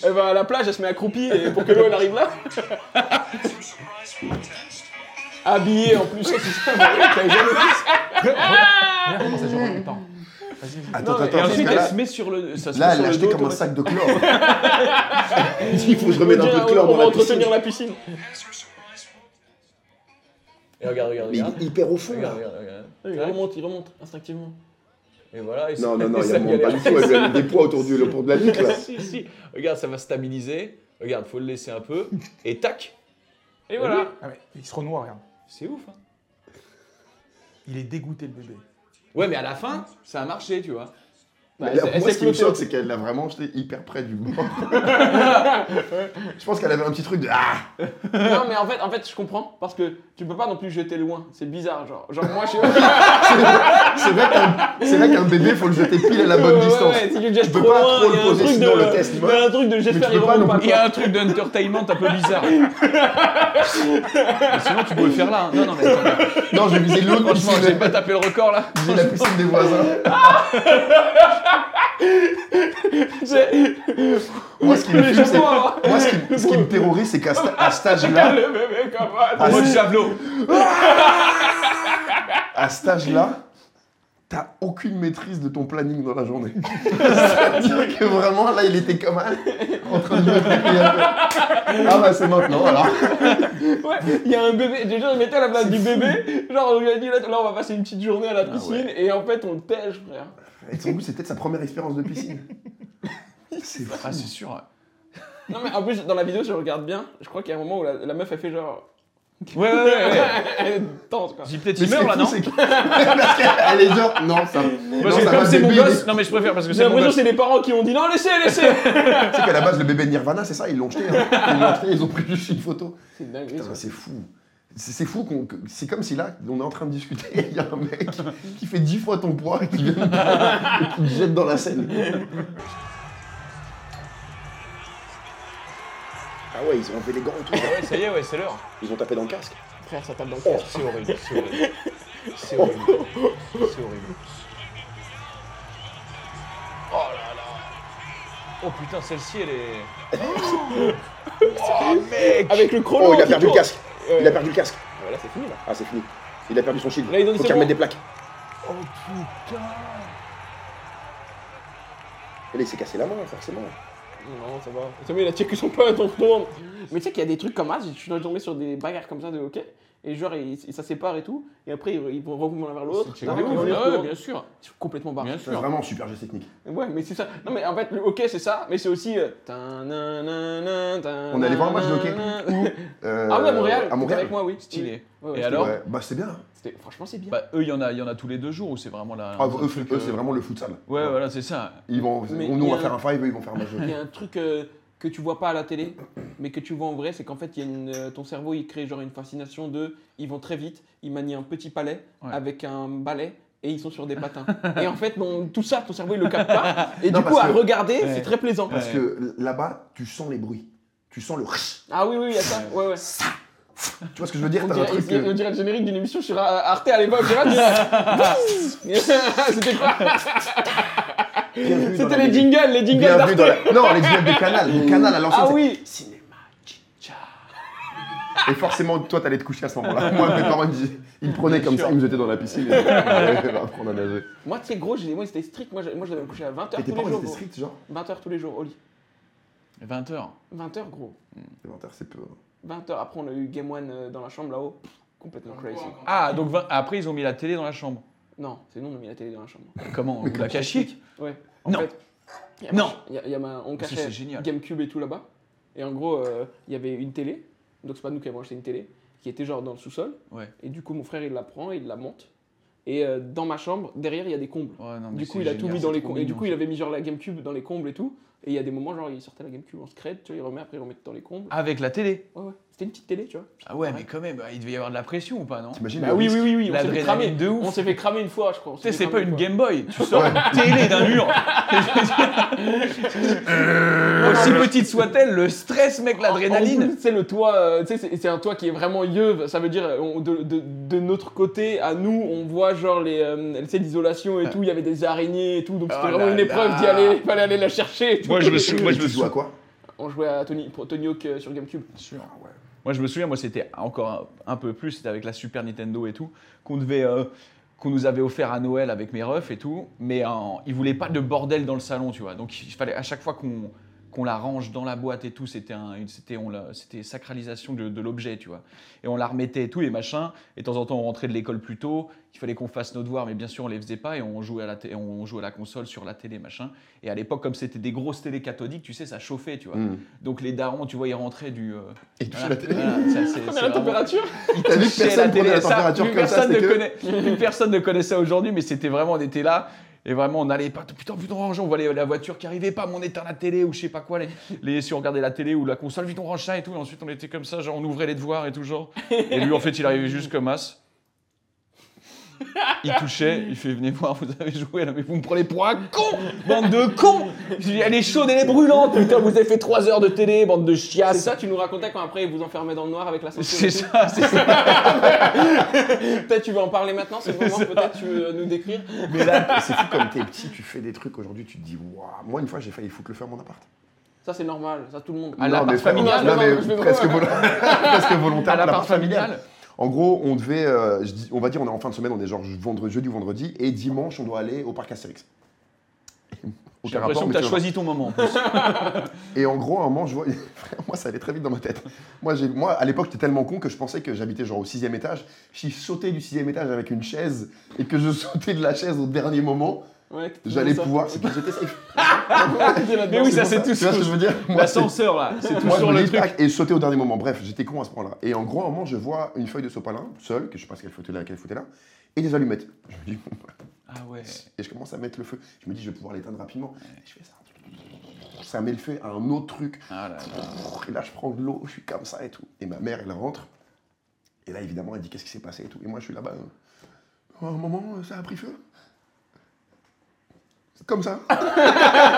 S3: Elle va Eh ben, à la plage, elle se met accroupie et pour que l'eau elle arrive là. Habillée en plus.
S4: Regarde comment ça dure en même temps.
S1: Attends,
S3: mais-
S1: attends,
S2: Et
S1: parce
S2: ensuite,
S1: que
S2: elle
S1: Ah, là,
S2: se met sur le, ça se
S1: là,
S2: met
S1: elle
S2: sur
S1: l'a
S2: le
S1: acheté
S2: dos.
S1: comme un
S2: automatique.
S1: sac de chlore. Il faut que je remette un peu de chlore
S3: on
S1: dans
S3: va
S1: la piscine.
S3: entretenir la piscine.
S5: Et regarde, regarde,
S1: Mais
S5: regarde.
S1: il est hyper au fond, là.
S5: Regarde, regarde, regarde.
S3: Il remonte, il remonte instinctivement.
S5: Et voilà. et
S1: Non,
S5: ça-
S1: non, non,
S5: et
S1: il
S5: ça
S1: remonte pas
S5: galère.
S1: du tout. Elle lui a mis des poids autour du le pont de la nuque, là.
S5: si, si. Regarde, ça va stabiliser. Regarde, faut le laisser un peu. Et tac.
S3: Et voilà.
S4: Ah, mais il se renoie, regarde.
S5: C'est ouf. hein.
S4: Il est dégoûté, le bébé.
S5: Ouais, mais à la fin, ça a marché, tu vois.
S1: Mais là,
S3: Bah, elle
S1: moi,
S3: s'est
S1: ce qui me
S3: flottée.
S1: choque, c'est qu'elle l'a vraiment jeté hyper près du bord. je pense qu'elle avait un petit truc de. Ah
S3: Non mais en fait, en fait, je comprends parce que tu peux pas non plus jeter loin. C'est bizarre, genre. Genre moi, je suis.
S1: C'est vrai qu'un- c'est vrai qu'un bébé, faut le jeter pile à la bonne
S3: Ouais,
S1: distance.
S3: ouais, si tu le jettes
S1: Tu peux
S3: trop
S1: pas
S3: loin,
S1: trop le
S3: il y a un
S1: poser,
S3: truc
S1: sinon
S3: de-
S1: le test
S3: il y a un truc de j'espère
S1: peux
S3: qu'il
S1: pas
S3: remonte
S1: non
S3: pas.
S2: Il y a un truc d'entertainment un peu bizarre. Mais sinon, tu peux le faire là. hein. Non, non, mais attends,
S1: Non, je visais l'autre
S2: franchement, j'ai
S1: piscine.
S2: pas tapé le record là.
S1: je visais la piscine des voisins.
S3: C'est-
S1: Moi, ce qui me
S3: Je
S1: fume, c'est-
S3: vois,
S1: moi, ce qui- ce qui me terrorise, c'est qu'à sta- à ce stade-là,
S3: Le bébé comme ça.
S1: à
S2: Moi,
S1: ce-
S2: javelot.
S1: à ce stade-là, t'as aucune maîtrise de ton planning dans la journée. C'est-à-dire que vraiment, là, il était comme un- en train de jouer. Ah bah c'est maintenant, alors.
S3: Ouais, il y a un bébé. Déjà, je mettais à la place du bébé. Genre, on lui a dit là, là, on va passer une petite journée
S1: Ah
S3: à la piscine et en fait, on le tège, frère.
S1: Et sans doute, c'est peut-être sa première expérience de piscine. C'est fou.
S2: Ah, c'est sûr.
S3: Non mais en plus, dans la vidéo, si je regarde bien, je crois qu'il y a un moment où la, la meuf elle fait genre.
S2: Ouais, ouais, ouais. ouais.
S3: elle danse quoi.
S2: J'ai peut-être
S1: Mais
S2: il
S1: ce
S2: meurt
S1: qui est
S2: là,
S1: fou,
S2: non
S1: c'est que- Parce qu'elle est genre, non, ça.
S2: Parce
S1: non,
S2: que
S1: ça
S2: comme
S1: va,
S2: c'est mon
S1: bébé, il est-
S2: gosse. Non, mais je préfère parce que
S3: J'ai
S2: c'est mon
S3: l'impression que
S2: gosse.
S3: c'est les parents qui ont dit non, laissez, laissez.
S1: Tu sais qu'à la base, le bébé de Nirvana, c'est ça, ils l'ont jeté. hein. Ils l'ont jeté, ils ont pris juste une photo.
S3: C'est dingue.
S1: Putain, c'est fou. C'est c'est fou qu'on. que- C'est comme si là, on est en train de discuter, et il y a un mec qui fait 10 fois ton poids et qui vient et qui te jette dans la scène. Ah ouais, ils ont enlevé les gants et tout. hein.
S5: Ouais, ça y est, ouais, c'est l'heure.
S1: Ils ont tapé dans le casque.
S3: Frère, ça tape dans le cœur.
S5: C'est horrible, c'est horrible. C'est horrible. C'est horrible. Oh là là. Oh putain, celle-ci, elle est.
S3: Avec le chrono. Oh
S1: Oh,
S3: qui tourne.
S1: casque. Il a perdu le casque.
S3: Ah, bah Là, c'est fini là.
S1: Ah, c'est fini. Il a perdu son shield.
S3: Là, ils ont dit, Faut c'est qu'il remette bon. des
S1: plaques.
S5: Oh putain.
S1: Et là, il s'est cassé la main, forcément.
S3: Non, ça va. Ça il a tiré que son pote, on retourne. Mais tu sais qu'il y a des trucs comme ça, je suis tombé sur des bagarres comme ça de hockey, et genre, ils, ils- ça sépare et tout, et après, ils, ils vont revenir l'un vers l'autre.
S2: C'est
S3: Non,
S2: checké.
S3: ils vont
S2: Ouais,
S3: les retourner.
S2: bien sûr.
S3: Ils sont complètement barrés.
S2: Bien
S1: C'est
S2: sûr.
S1: vraiment un super geste technique.
S3: Ouais, mais c'est ça. Non, mais en fait, le hockey, c'est ça, mais c'est aussi. euh, tanana, tanana,
S1: On allait voir un match de hockey.
S3: tanana.
S1: Euh,
S3: Ah, oui, à Montréal.
S1: À Montréal.
S3: Avec moi, oui.
S2: Stylé.
S3: Ouais, ouais,
S2: Et
S3: c'était-
S2: alors
S1: Ouais, bah c'est bien.
S3: c'était- Franchement, c'est bien.
S2: Bah, eux, il y, en a- il y en a tous les deux jours ou c'est vraiment la.
S1: Ah,
S2: un
S1: eux,
S2: truc,
S1: eux,
S2: euh,
S1: c'est vraiment le futsal.
S2: Ouais, voilà, c'est ça.
S1: Ils vont,
S3: Mais
S1: nous,
S3: il
S1: on
S3: y a
S1: va faire un five, eux, ils vont faire un match de
S3: Il y
S1: hockey.
S3: a un truc euh, que tu vois pas à la télé, mais que tu vois en vrai, c'est qu'en fait, il y a une, euh, ton cerveau, il crée genre une fascination de. Ils vont très vite, ils manient un petit palais
S2: Ouais.
S3: avec un balai et ils sont sur des patins. et en fait, non, tout ça, ton cerveau, il le capte pas. Et
S1: Non,
S3: du coup,
S1: parce
S3: à
S1: que-
S3: regarder,
S2: Ouais.
S3: c'est très plaisant.
S1: Parce
S2: Ouais.
S1: que là-bas, tu sens les bruits. Tu sens le. Tu
S3: Ah oui, oui, il y a ça. Ouais, ouais.
S1: vois ce que je veux dire
S3: On
S1: T'as un
S3: dirait,
S1: truc.
S3: et- et on
S1: euh,
S3: dirait le générique d'une émission sur euh, Arte à l'époque. tu vois, tu- C'était quoi
S1: bienvenue dans la
S3: C'était les
S1: ville.
S3: jingles, les jingles
S1: Bienvenue
S3: d'Arte.
S1: dans la- Non, les jingles des canals. Le canal à l'ancienne.
S3: Ah oui
S1: c'est- Et forcément, toi, t'allais te coucher à ce moment-là. Moi, mes parents, ils, me disaient- ils me prenaient comme ça, ils me jetaient dans la piscine. Et... apprendre à nager.
S3: Moi, tu sais, gros, j'ai- moi, c'était strict. Moi, je moi, je devais me coucher à 20h
S1: Et
S3: tous
S1: tes
S3: les
S1: parents, ils
S3: jours.
S1: étaient
S3: gros.
S1: stricts, genre
S3: 20h tous les jours au lit.
S2: 20h.
S3: 20h, gros.
S1: Élémentaire, c'est peu. hein.
S3: 20h, après, on a eu Game One euh, dans la chambre là-haut. Pff, Complètement crazy.
S2: Ah, donc vingt- après, ils ont mis la télé dans la chambre.
S3: Non, c'est nous, on a mis la télé dans la chambre.
S2: Comment Vous la cachiez
S3: Ouais.
S2: Non.
S3: fait, y a-
S2: Non.
S3: y a- y a ma- on
S2: Ça,
S3: cachait
S2: c'est génial.
S3: GameCube et tout là-bas. Et en gros, euh, il y avait une télé. Donc c'est pas nous qui avons acheté une télé, qui était genre dans le sous-sol.
S2: Ouais.
S3: Et du coup, mon frère, il la prend, il la monte. Et euh, dans ma chambre, derrière, il y a des combles.
S2: Ouais, non, Ah, mais
S3: Du
S2: c'est
S3: coup, il a tout
S2: génial,
S3: mis
S2: c'est
S3: dans les
S2: trop
S3: combles. Et du
S2: mignon,
S3: coup, il avait mis genre la GameCube dans les combles et tout. Et il y a des moments, genre, il sortait la GameCube en secret, tu vois, il remet, après il remet dans les combles.
S2: ça. Avec la télé.
S3: Ouais, ouais. C'était une petite télé, tu vois.
S2: Ah ouais, mais quand même, bah, il devait y avoir de la pression ou pas, non Tu
S1: T'imagines
S3: Bah
S1: le
S3: oui,
S1: risque
S3: oui, oui, oui, on s'est fait cramer.
S2: L'adrénaline de
S3: On
S2: ouf.
S3: s'est fait cramer une fois, je crois. on
S2: Tu
S3: s'est
S2: sais,
S3: fait
S2: c'est pas
S3: cramer
S2: une
S3: fois.
S2: Game Boy. Tu sors une télé d'un mur. Aussi petite soit-elle, le stress, mec,
S3: En- en
S2: l'adrénaline.
S3: plus, C'est le toit, euh, tu sais, c'est c'est un toit qui est vraiment yeuve. Ça veut dire, euh, on- de, de- de notre côté, à nous, on voit genre les, euh, tu sais, l'isolation et tout. Il y avait des araignées et tout, donc c'était
S2: Oh
S3: vraiment
S2: là
S3: une épreuve
S2: là.
S3: d'y aller. Il fallait aller la chercher. et tout.
S5: Moi, je me sou- moi,
S1: Et
S5: je me
S1: tu joues
S5: sou-
S1: à quoi
S3: On jouait à Tony, pour Tony Hawk euh, sur GameCube.
S2: Moi, je me souviens, moi, c'était encore un, un peu plus, c'était avec la Super Nintendo et tout, qu'on devait. euh, qu'on nous avait offert à Noël avec mes refs et tout, mais en- ils voulaient pas de bordel dans le salon, tu vois. Donc il fallait à chaque fois qu'on qu'on la range dans la boîte et tout, c'était un, une- c'était on la- c'était sacralisation de, de l'objet, tu vois. Et on la remettait et tout et machin. Et de temps en temps on rentrait de l'école plus tôt, il fallait qu'on fasse nos devoirs, mais bien sûr on les faisait pas et on jouait à la té- on jouait à la console sur la télé machin. Et à l'époque comme c'était des grosses télé cathodiques, tu sais ça chauffait, tu vois.
S1: Hmm.
S2: Donc les darons, tu vois, ils rentraient du. euh,
S1: Et toucher
S2: voilà,
S1: la télé.
S2: voilà,
S3: On
S2: ça, c'est- c'est
S3: a la
S2: vraiment-
S3: température
S2: ils
S1: T'as vu que
S2: touchaient
S1: personne prenait la
S2: ça,
S1: température
S2: plus
S1: comme ça,
S2: personne ne
S1: c'était que-
S2: connaît, plus personne ne connaît ça aujourd'hui, mais c'était vraiment, on était là. Et vraiment, on allait pas, putain, putain, range, on voit la voiture qui arrivait, pas, on éteint la télé ou je sais pas quoi, les, les- si on regardait la télé ou la console, vite on range ça et tout, et ensuite on était comme ça, genre on ouvrait les devoirs et tout, genre. Et lui, en fait, il arrivait juste comme as. Il touchait, il fait venez voir, vous avez joué là, mais vous me prenez pour un con, bande de cons Je lui dis, Elle est chaude, elle est brûlante, putain, vous avez fait 3 heures de télé, bande de
S3: C'est
S2: chiasses
S3: ça, tu nous racontais quand après ils vous enfermaient dans le noir avec la ceinture.
S2: C'est
S3: et tout.
S2: ça, c'est ça.
S3: Peut-être tu veux en parler maintenant, c'est le moment, peut-être tu veux nous décrire.
S1: Mais là, c'est fou comme t'es petit, tu fais des trucs aujourd'hui, tu te dis, waouh, moi une fois j'ai failli foutre le feu à mon appart.
S3: Ça, c'est normal, ça, tout le monde.
S2: À la
S1: Non, mais
S2: part
S1: frère,
S2: familiale,
S1: non,
S3: non,
S1: mais
S3: je vais
S1: presque,
S3: vraiment-
S1: volo- presque volontaire.
S2: À la part
S1: l'appart
S2: familiale.
S1: En gros, on devait, euh, je dis- on va dire, on est en fin de semaine, on est genre vendredi, jeudi ou vendredi, et dimanche, on doit aller au parc Astérix.
S2: J'ai l'impression que
S1: mais
S2: t'as
S1: tu vois.
S2: choisi ton moment. en plus.
S1: Et en gros, à un moment, je vois. Frère, moi, ça allait très vite dans ma tête. Moi, j'ai- moi à l'époque, j'étais tellement con que je pensais que j'habitais genre au sixième étage. J'ai sauté du sixième étage avec une chaise et que je sautais de la chaise au dernier moment.
S3: Ouais,
S1: J'allais
S3: c'est ça.
S1: pouvoir. c'est que J'étais safe.
S3: T'es là-dedans.
S2: Mais oui, ça
S1: pour
S2: c'est tout
S1: Tu vois ce que je
S2: sur-
S1: veux dire Moi, c'est-
S2: L'ascenseur là, c'est tout
S1: Moi, je
S2: sur
S1: me
S2: le
S1: dis,
S2: truc.
S1: tac, et sauter au dernier moment. Bref, j'étais con à ce point-là. Et en gros, à un moment, je vois une feuille de sopalin, seule, que je sais pas ce qu'elle foutait là, qu'elle foutait là, et des allumettes. Je me dis, bon, bah,
S2: Ah ouais.
S1: et je commence à mettre le feu. Je me dis, je vais pouvoir l'éteindre rapidement. Et je fais ça. Ça met le feu à un autre truc.
S2: Ah là là.
S1: Et là, je prends de l'eau, je suis comme ça et tout. Et ma mère, elle rentre. Et là, évidemment, elle dit, qu'est-ce qui s'est passé et tout. Et moi, je suis là-bas. euh, Oh, maman, euh, ça a pris feu. Comme ça.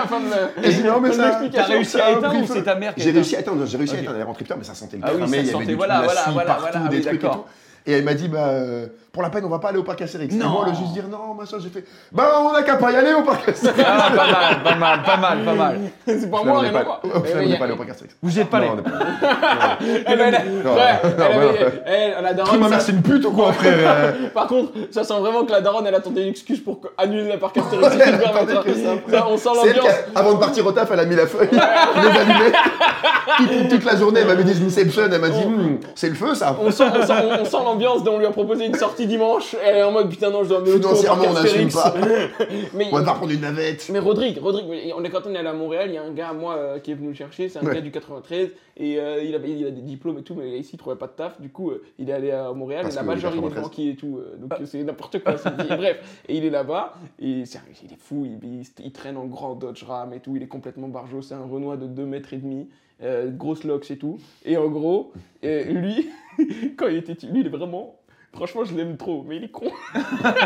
S3: Comme, euh,
S1: Et je dis, non, mais
S3: comme
S1: ça.
S3: l'explication.
S2: T'as réussi
S1: ça a
S2: à éteindre
S1: pris
S2: ou
S1: feu.
S2: c'est ta mère qui a
S1: J'ai
S2: éteint
S1: réussi à éteindre, j'ai réussi à
S2: Ok.
S1: éteindre, elle est rentrée plus tard, mais ça sentait le
S2: Ah oui,
S1: cramer,
S2: ça
S1: il y
S2: sentait,
S1: avait du
S2: voilà,
S1: voilà,
S2: voilà, voilà,
S1: partout,
S2: voilà,
S1: des
S2: oui,
S1: trucs et tout.
S2: d'accord.
S1: Et elle m'a dit, bah, euh, pour la peine, on va pas aller au parc Astérix. Et
S2: Non.
S1: moi, le juste dire, non, machin, j'ai fait, bah, on a qu'à pas y aller au parc Astérix.
S2: Ah, pas mal, pas mal, pas mal, pas mal.
S3: C'est pas
S1: Au final,
S3: moi,
S1: on
S3: rien
S1: n'est
S3: à
S1: pas
S3: voir.
S1: au final,
S3: Mais
S1: on
S3: oui,
S1: n'est pas Ah, allé au parc Astérix.
S2: Vous y êtes pas allé.
S1: Non, on n'est pas allé.
S3: Elle, elle,
S1: Non, non,
S3: ouais, eh elle avait-
S1: non.
S3: elle, eh, la daronne,
S1: Après, ma mère,
S3: ça-
S1: c'est une pute ou quoi, frère euh
S3: Par contre, ça sent vraiment que la daronne, elle a tenté une excuse pour que- annuler la parc Astérix. si tu me permets,
S1: attendez
S3: toi.
S1: que ça.
S3: Ça, on sent
S1: C'est elle qui,
S3: l'ambiance.
S1: a- avant de partir au taf, elle a mis la feuille, les allumés. Toute, toute la journée, elle m'avait dit une Inception, elle m'a
S3: Oh.
S1: dit, Hmm, c'est le feu, ça
S3: On sent, on, sent, on- on sent l'ambiance dont on lui a proposé une sortie dimanche. Elle est en mode putain, non, je dois me
S1: Financièrement, on n'assume pas.
S3: Mais,
S1: On va devoir prendre une navette.
S3: mais Rodrigue, Rodrigue, mais on est quand on est allé à Montréal, il y a un gars, moi, euh, qui est venu le chercher. C'est un
S1: Ouais.
S3: gars du 93. Et euh, il, avait, il a des diplômes et tout, mais ici, il trouvait pas de taf. Du coup, euh, il est allé à Montréal.
S1: Parce
S3: et
S1: que
S3: là-bas,
S1: le Ah.
S3: genre, il est
S1: 93.
S3: banquier et tout. euh, donc, c'est n'importe quoi. c'est- et bref. Et il est là-bas, et c'est un- il est fou, il, il- il traîne en grand Dodge Ram et tout, il est complètement barjot, c'est un Renoir de 2 mètres et demi, euh, grosse locks et tout. Et en gros, euh, lui, quand il était petit, lui, il est vraiment Franchement, je l'aime trop, mais il est con.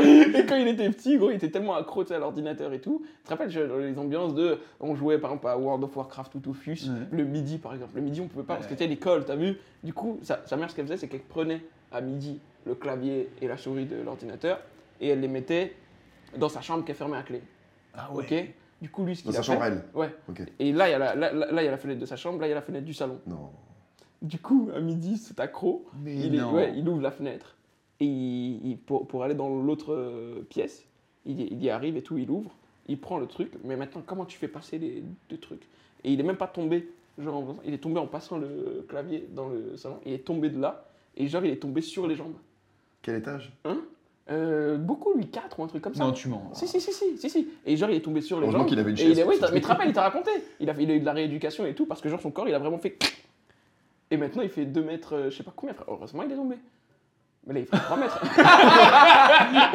S3: et quand il était petit, gros, il était tellement accro tu sais, à l'ordinateur et tout. Tu te rappelles je- dans les ambiances de. On jouait par exemple à World of Warcraft ou Tofus, le midi par exemple. Le midi, on pouvait pas parce que c'était l'école, t'as vu Du coup, sa, sa mère, ce qu'elle faisait, c'est qu'elle prenait à midi le clavier et la souris de l'ordinateur et elle les mettait dans sa chambre qu'elle fermait à clé.
S2: Ah
S3: Ok Du coup, lui, ce
S1: Dans
S3: qu'il a
S1: sa
S3: fait-
S1: chambre, à elle.
S3: Ouais.
S1: Ok.
S3: Et là, il y, a la, là, là, là, il y a la fenêtre de sa chambre, là, il y a la fenêtre du salon.
S1: Non.
S3: Du coup, à midi, cet accro,
S2: Mais
S3: il, est-
S2: non.
S3: ouais, il ouvre la fenêtre. Et il, il- pour, pour aller dans l'autre euh, pièce, il, y- il y arrive et tout, il ouvre, il prend le truc. Mais maintenant, comment tu fais passer les deux trucs Et il est même pas tombé. Genre, en faisant- il est tombé en passant le clavier dans le salon. Il est tombé de là. Et genre, il est tombé sur les jambes.
S1: Quel étage
S3: Euh, beaucoup, lui, 4 ou un truc comme ça.
S2: Non, tu mens.
S3: Si, si, si, si, si, si. Et genre, il est tombé sur les
S1: Heureusement
S3: jambes.
S1: qu'il avait une
S3: Et il
S1: chaise.
S3: est, ouais, t'as- mais tu te rappelles, il t'a raconté. Il a, fait- il a eu de la rééducation et tout, parce que genre son corps, il a vraiment fait. Et maintenant, il fait 2 mètres, euh, je sais pas combien, frère. Heureusement, il est tombé. Mais là, il fait 3 mètres.
S1: En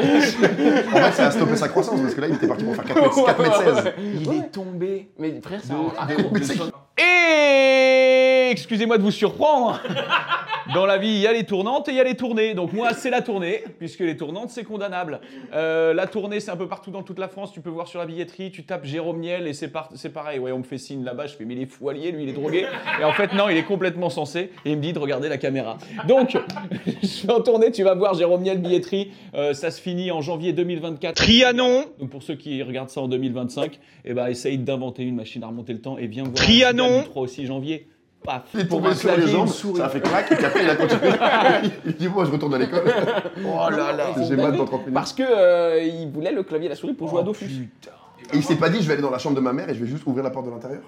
S1: fait, ça a stoppé sa croissance parce que là, il était parti pour faire 4 mètres, 4 mètres 16.
S3: Il est tombé. Mais frère, ça.
S2: Non.
S3: Ah,
S1: Mais c'est-
S2: Et excusez-moi de vous surprendre. Dans la vie, il y a les tournantes et il y a les tournées. Donc moi, c'est la tournée, puisque les tournantes, c'est condamnable. Euh, la tournée, c'est un peu partout dans toute la France. Tu peux voir sur la billetterie, tu tapes Jérôme Niel et c'est par- c'est pareil. Ouais, on me fait signe là-bas, je fais mais il est foilier, lui, il est drogué. Et en fait, non, il est complètement sensé et il me dit de regarder la caméra. Donc, je vais en tournée, tu vas voir Jérôme Niel billetterie. Euh, ça se finit en janvier 2024. Trianon Donc pour ceux qui regardent ça en 2025, eh ben, essaye d'inventer une machine à remonter le temps et viens me voir Trianon 3 au 6 janvier. Paf.
S1: Il est
S2: Pour
S1: tombé
S2: un
S1: sur les
S2: clavier,
S1: jambes,
S2: une souris.
S1: ça a fait clac, et après il a continué. Il dit Moi je retourne à l'école. Oh là là, j'ai mal dans 30 minutes.
S3: Parce que euh, il voulait le clavier et la souris pour
S2: Oh,
S3: jouer à Dofus.
S1: Et il s'est pas dit Je vais aller dans la chambre de ma mère et je vais juste ouvrir la porte de l'intérieur.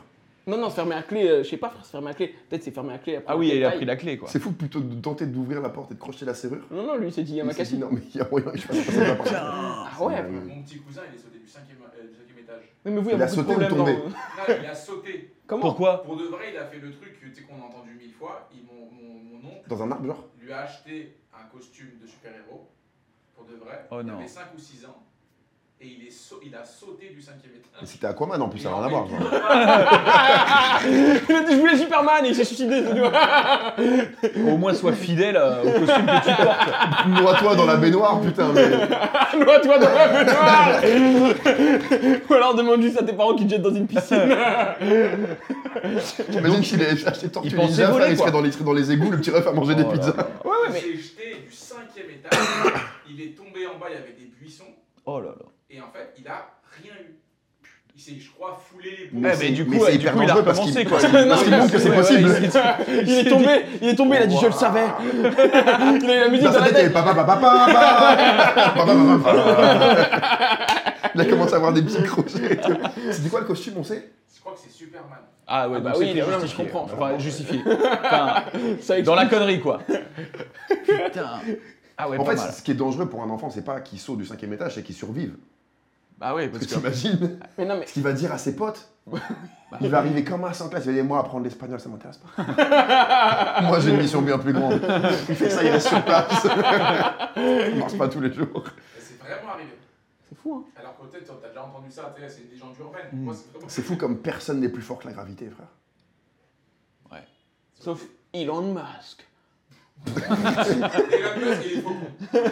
S3: Non, non, se fermer à clé, euh, je sais pas, frère, se fermer à clé. Peut-être c'est fermé à clé. après,
S2: Ah oui,
S3: on
S2: il a
S3: taille.
S2: pris la clé quoi.
S1: C'est fou plutôt de tenter d'ouvrir la porte et de crocheter la serrure.
S3: Non, non, lui, il s'est dit, il y a ma
S1: Il s'est dit,
S3: cassine.
S1: Non, mais il y a moyen que je fasse passer la porte.
S3: Ah ouais.
S1: C'est dingue.
S4: Mon petit cousin, il est sauté du cinquième, euh, du cinquième étage.
S3: Oui, mais vous, il y a
S1: Il a
S3: beaucoup de
S1: sauté ou
S3: problèmes
S1: tombé
S3: dans-
S4: Là, il a sauté.
S3: Comment
S2: Pourquoi
S4: Pour de vrai, il a fait le truc que, tu sais, qu'on a entendu mille fois. Il- mon, mon- mon oncle
S1: Dans un arbre, genre
S4: lui a acheté un costume de super-héros. Pour de vrai.
S2: Oh
S4: il
S2: non.
S4: avait 5 ou 6 ans. Et il, est sau- il a sauté du cinquième
S1: Mais
S4: étage.
S1: C'était Aquaman en plus, ça n'a rien à voir. genre.
S3: Ah, Il a dit, je voulais Superman et il s'est suicidé. c'est tout.
S2: Au moins sois fidèle euh, au costume que tu portes.
S1: Noie-toi dans la baignoire, putain, mais.
S3: Noie toi dans la baignoire Ou alors demande juste à tes parents qui te jettent dans une piscine.
S1: Imagine s'il avait acheté Tortue
S2: il pensait
S1: Ninja, frère,
S2: voler,
S1: il serait
S2: quoi.
S1: dans les, il serait dans les égouts, le petit ref à manger des
S2: Oh là
S1: pizzas.
S4: Il
S3: mais-
S4: s'est jeté du cinquième étage. il est tombé en bas, il y avait des buissons.
S2: Oh là là.
S4: Et en fait, il a rien eu. Il s'est, je crois, foulé les
S1: Mais
S2: Eh,
S1: c'est-
S2: mais du coup,
S1: mais
S2: ouais,
S1: c'est
S2: du
S1: hyper
S2: coup, il a
S1: dangereux parce
S2: recommencé
S1: qu'il-
S2: quoi.
S1: parce qu'il- parce qu'il
S2: Ouais,
S1: montre que c'est
S2: ouais,
S1: possible.
S2: ouais, il s'est-
S3: Il est tombé, il est tombé, il a dit je le savais. Il a eu la musique
S1: Dans sa
S3: dans la
S1: tête, il y
S3: tête.
S1: avait Bah, papa, papa, papa, papa, papa, papa. Il a commencé à avoir des petits crochets et tout. C'était quoi le costume, on sait
S4: Je crois que c'est Superman.
S2: Ah ouais,
S3: Ah bah
S2: donc
S3: oui,
S2: c'était
S3: il est- ouais,
S2: justifié.
S3: je comprends, je
S2: Enfin,
S3: comprends.
S2: justifié. Enfin,
S3: Ça
S2: dans
S3: explique.
S2: la connerie quoi. Putain. Ah ouais,
S1: En
S2: pas
S1: fait,
S2: mal.
S1: ce qui est dangereux pour un enfant, c'est pas qu'il saute du cinquième étage, c'est qu'il survive.
S2: Ah ouais,
S1: Parce
S2: parce
S1: que
S2: que
S1: t'imagines
S3: Mais non mais.
S1: ce qu'il va dire à ses potes Il va arriver comme un sans classe, il va dire Moi, apprendre l'espagnol, ça m'intéresse pas. Moi, j'ai une mission bien plus grande. Il fait ça, il reste sur place. On marche pas tous les jours.
S4: Et c'est vraiment arrivé.
S3: C'est fou hein.
S4: Alors que peut-être t'as déjà entendu ça, tu sais, c'est des gens urbaine.
S2: Mm.
S4: Moi, c'est vraiment.
S1: C'est fou comme personne n'est plus fort que la gravité, frère.
S3: Sauf Elon Musk.
S4: Et la meuf, il est faux con.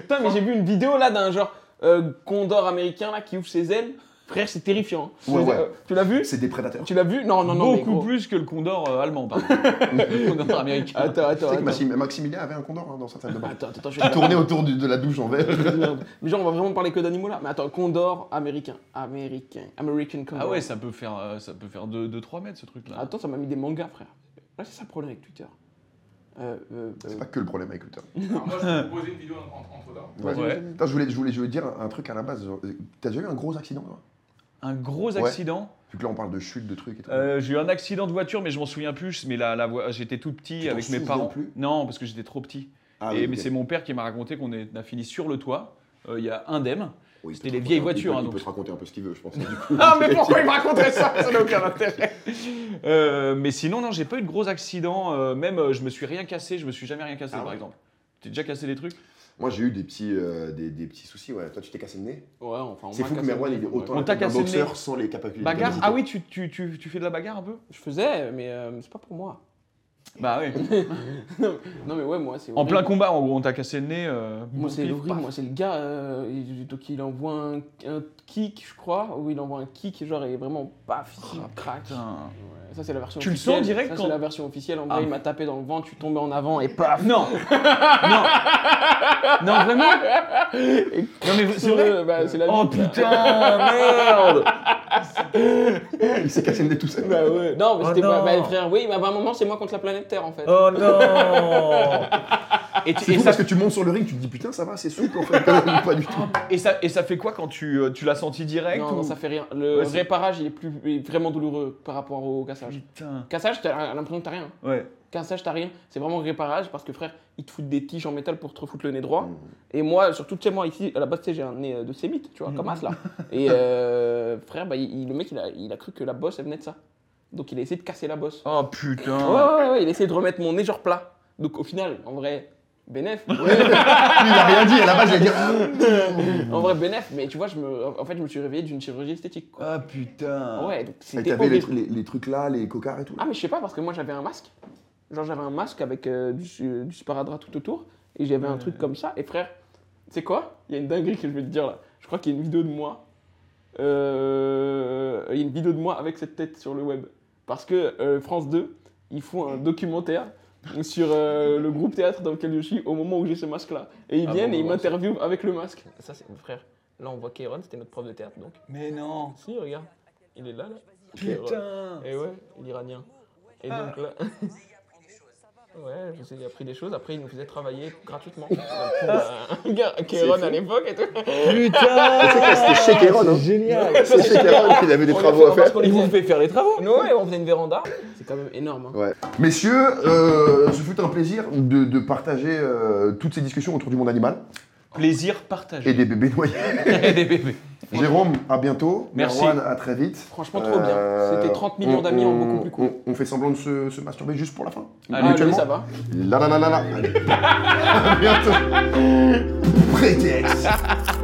S3: Putain mais j'ai vu une vidéo là d'un genre euh, condor américain là qui ouvre ses ailes. Frère c'est terrifiant. hein.
S1: Ouais, ouais.
S3: Euh, Tu l'as vu
S1: C'est des prédateurs.
S3: Tu l'as vu Non non non. mais
S2: beaucoup
S3: gros.
S2: plus que le condor euh, allemand, pardon. le condor américain.
S3: Attends
S1: Tu
S3: attends
S1: sais que
S3: attends.
S1: Maxim- Maximilien avait un condor hein, dans sa salle de bain.
S3: Attends attends je
S1: qui tournait autour du- de la douche en verre.
S3: Merde. Mais genre on va vraiment parler que d'animaux là. Mais attends condor américain américain American condor.
S2: Ah ouais, ça peut faire euh, ça peut faire 2-3 mètres ce truc là.
S3: Attends Ah, ça m'a mis des mangas frère. Là c'est ça le problème avec Twitter. Euh, euh, euh,
S1: C'est pas que le problème avec le terme.
S4: Alors moi, je vais vous proposer une vidéo en- en- entre temps.
S1: Ouais.
S2: Ouais.
S1: Attends, je voulais, je voulais, je voulais dire un un truc à la base. genre, euh, T'as déjà eu un gros accident, toi
S2: Un gros
S1: Ouais.
S2: accident.
S1: Vu que là, on parle de chute, de trucs et tout.
S2: Euh, j'ai eu un accident de voiture, mais je m'en souviens plus. Mais la, la voie- j'étais tout
S1: Tu
S2: petit
S1: t'en
S2: avec mes
S1: souviens
S2: parents.
S1: plus
S2: non, parce que j'étais trop petit.
S1: Ah
S2: et,
S1: oui,
S2: Mais
S1: ok.
S2: c'est mon père qui m'a raconté qu'on est- on a fini sur le toit. euh, Il y a indemne.
S1: Oui, il
S2: c'était
S1: peut
S2: les
S1: te
S2: vieilles
S1: raconter- Il
S2: voitures,
S1: peut,
S2: hein,
S1: il
S2: donc.
S1: peut te raconter un peu ce qu'il veut, je pense. du coup.
S3: Ah, mais pourquoi il me racontait ça Ça n'a aucun intérêt.
S2: Euh, mais sinon, non, j'ai pas eu de gros accident. euh, même, euh, je me suis rien cassé. Je me suis jamais rien cassé,
S1: Ah
S2: par
S1: ouais.
S2: exemple. T'es déjà cassé des trucs
S1: Moi, j'ai eu des petits, euh, des, des petits soucis. Ouais. Toi, tu t'es cassé le nez.
S3: Ouais, enfin, on
S1: C'est
S3: m'a
S1: fou que
S3: cassé le
S1: Merwan,
S3: nez,
S1: il est
S3: enfin,
S1: autant
S2: On
S1: un
S2: t'a
S1: un
S2: cassé le
S1: boxeur
S2: nez.
S1: sans les capacités.
S2: Bagarre Ah oui, tu, tu, tu, tu, tu fais de la bagarre un peu
S3: bref. Je faisais, mais euh, c'est pas pour moi.
S2: Bah oui.
S3: Non, mais ouais, moi, c'est.
S2: En
S3: horrible.
S2: plein combat, en gros, on t'a cassé le nez. euh,
S3: Moi, c'est
S2: pif,
S3: horrible.
S2: paf.
S3: Moi, c'est le gars. euh, il- donc, il envoie un, un kick, je crois. Ou il envoie un kick, genre, et vraiment, paf, il craque.
S2: Oh, Putain.
S3: Ouais, ça, c'est la version
S2: Tu le
S3: officielle.
S2: sens direct
S3: Ça,
S2: quand-
S3: c'est la version officielle. En
S2: Ah,
S3: vrai, il
S2: mais-
S3: m'a tapé dans le ventre, je suis tombé en avant, et paf.
S2: Non Non Non, vraiment Non, mais c'est
S3: Sur
S2: vrai
S3: le- bah, c'est la
S2: Oh
S3: vie.
S2: putain, merde
S1: Il s'est cassé le nez tout seul.
S3: Bah ouais. Non, mais
S2: Oh
S3: c'était pas.
S2: non.
S3: Bah, frère, oui, mais à un moment, c'est moi contre la planète Terre, en fait.
S2: Oh non et, tu-
S1: C'est
S2: et
S1: fou
S2: ça,
S1: parce que tu montes sur le ring, tu te dis putain, ça va, c'est souple en fait. Quand même, pas du tout.
S2: et, ça, et ça fait quoi quand tu, euh, tu l'as senti direct
S3: non,
S2: ou-
S3: non, ça fait rien. Le
S2: Ouais, c'est-
S3: réparage, il est, plus, il est vraiment douloureux par rapport au cassage.
S2: Putain.
S3: Cassage, t'as l'impression que t'as rien.
S2: Ouais.
S3: Cassage, t'as rien. C'est vraiment réparage parce que frère, ils te foutent des tiges en métal pour te refoutre le nez droit. Et moi, surtout, tu sais, moi ici, à la base, tu sais, j'ai un nez euh, de sémite, tu vois, comme As là. Et euh, frère, bah, il- le mec, il a, il a cru que la bosse, elle venait de ça. Donc il a essayé de casser la bosse.
S2: Oh
S3: Ouais,
S2: putain
S3: ouais, ouais, il a essayé de remettre mon nez genre plat. Donc au final, en vrai, bénef.
S1: Il a rien dit, à la base, il a dit. ah,
S3: en vrai, bénef. Mais tu vois, je me, en fait, je me suis réveillé d'une chirurgie esthétique. Quoi.
S2: Ah putain
S3: Ouais, donc
S1: Et
S3: c'était
S1: t'avais ah, les,
S3: horrible.
S1: les, les trucs là, les cocards et tout.
S3: Ah mais je sais pas parce que moi j'avais un masque. Genre j'avais un masque avec euh, du, euh, du sparadrap tout autour et j'avais un truc comme ça. Et frère, tu sais quoi Il y a une dinguerie que je vais te dire là. Je crois qu'il y a une vidéo de moi. euh, Il y a une vidéo de moi avec cette tête sur le web. Parce que euh, France 2, ils font un documentaire sur euh, le groupe théâtre dans lequel je suis au moment où j'ai ce masque là. Et ils
S5: Ah
S3: viennent
S5: bon,
S3: et ils
S5: bah, c'est-
S3: m'interviewent avec le masque. Ça c'est frère. Là on voit Kéron, c'était notre prof de théâtre donc.
S2: Mais non
S3: Si regarde, il est là là.
S2: Putain
S3: Et ouais, l'Iranien. Et donc là. Ouais, je sais, il a pris des choses, après il nous faisait travailler gratuitement. Regarde, Kéron à l'époque et tout.
S1: C'était chez Kéron, hein.
S5: Génial
S1: C'est chez Kéron qu'il avait des
S3: On a
S1: travaux
S3: fait-
S1: à faire.
S3: parce qu'on les faisait-
S5: fait faire les travaux
S3: Nous, ouais, on faisait une véranda. C'est quand même énorme. hein.
S1: Ouais. Messieurs, euh, ce fut un plaisir de, de partager euh, toutes ces discussions autour du monde animal
S2: Plaisir
S1: et
S2: partagé.
S1: des bébés noyés.
S2: Et des bébés.
S1: Jérôme, à bientôt.
S2: Merci.
S1: Merwan, à très vite.
S3: Franchement, trop bien.
S1: Euh,
S3: C'était 30 millions
S1: on-
S3: d'amis en
S1: on-
S3: beaucoup plus court.
S1: On, on fait semblant de se, se masturber juste pour la fin.
S2: Allez,
S3: Ah, lui,
S1: Mutuellement.
S3: ça va.
S1: La la la la la. Allez. à bientôt. Prétexte.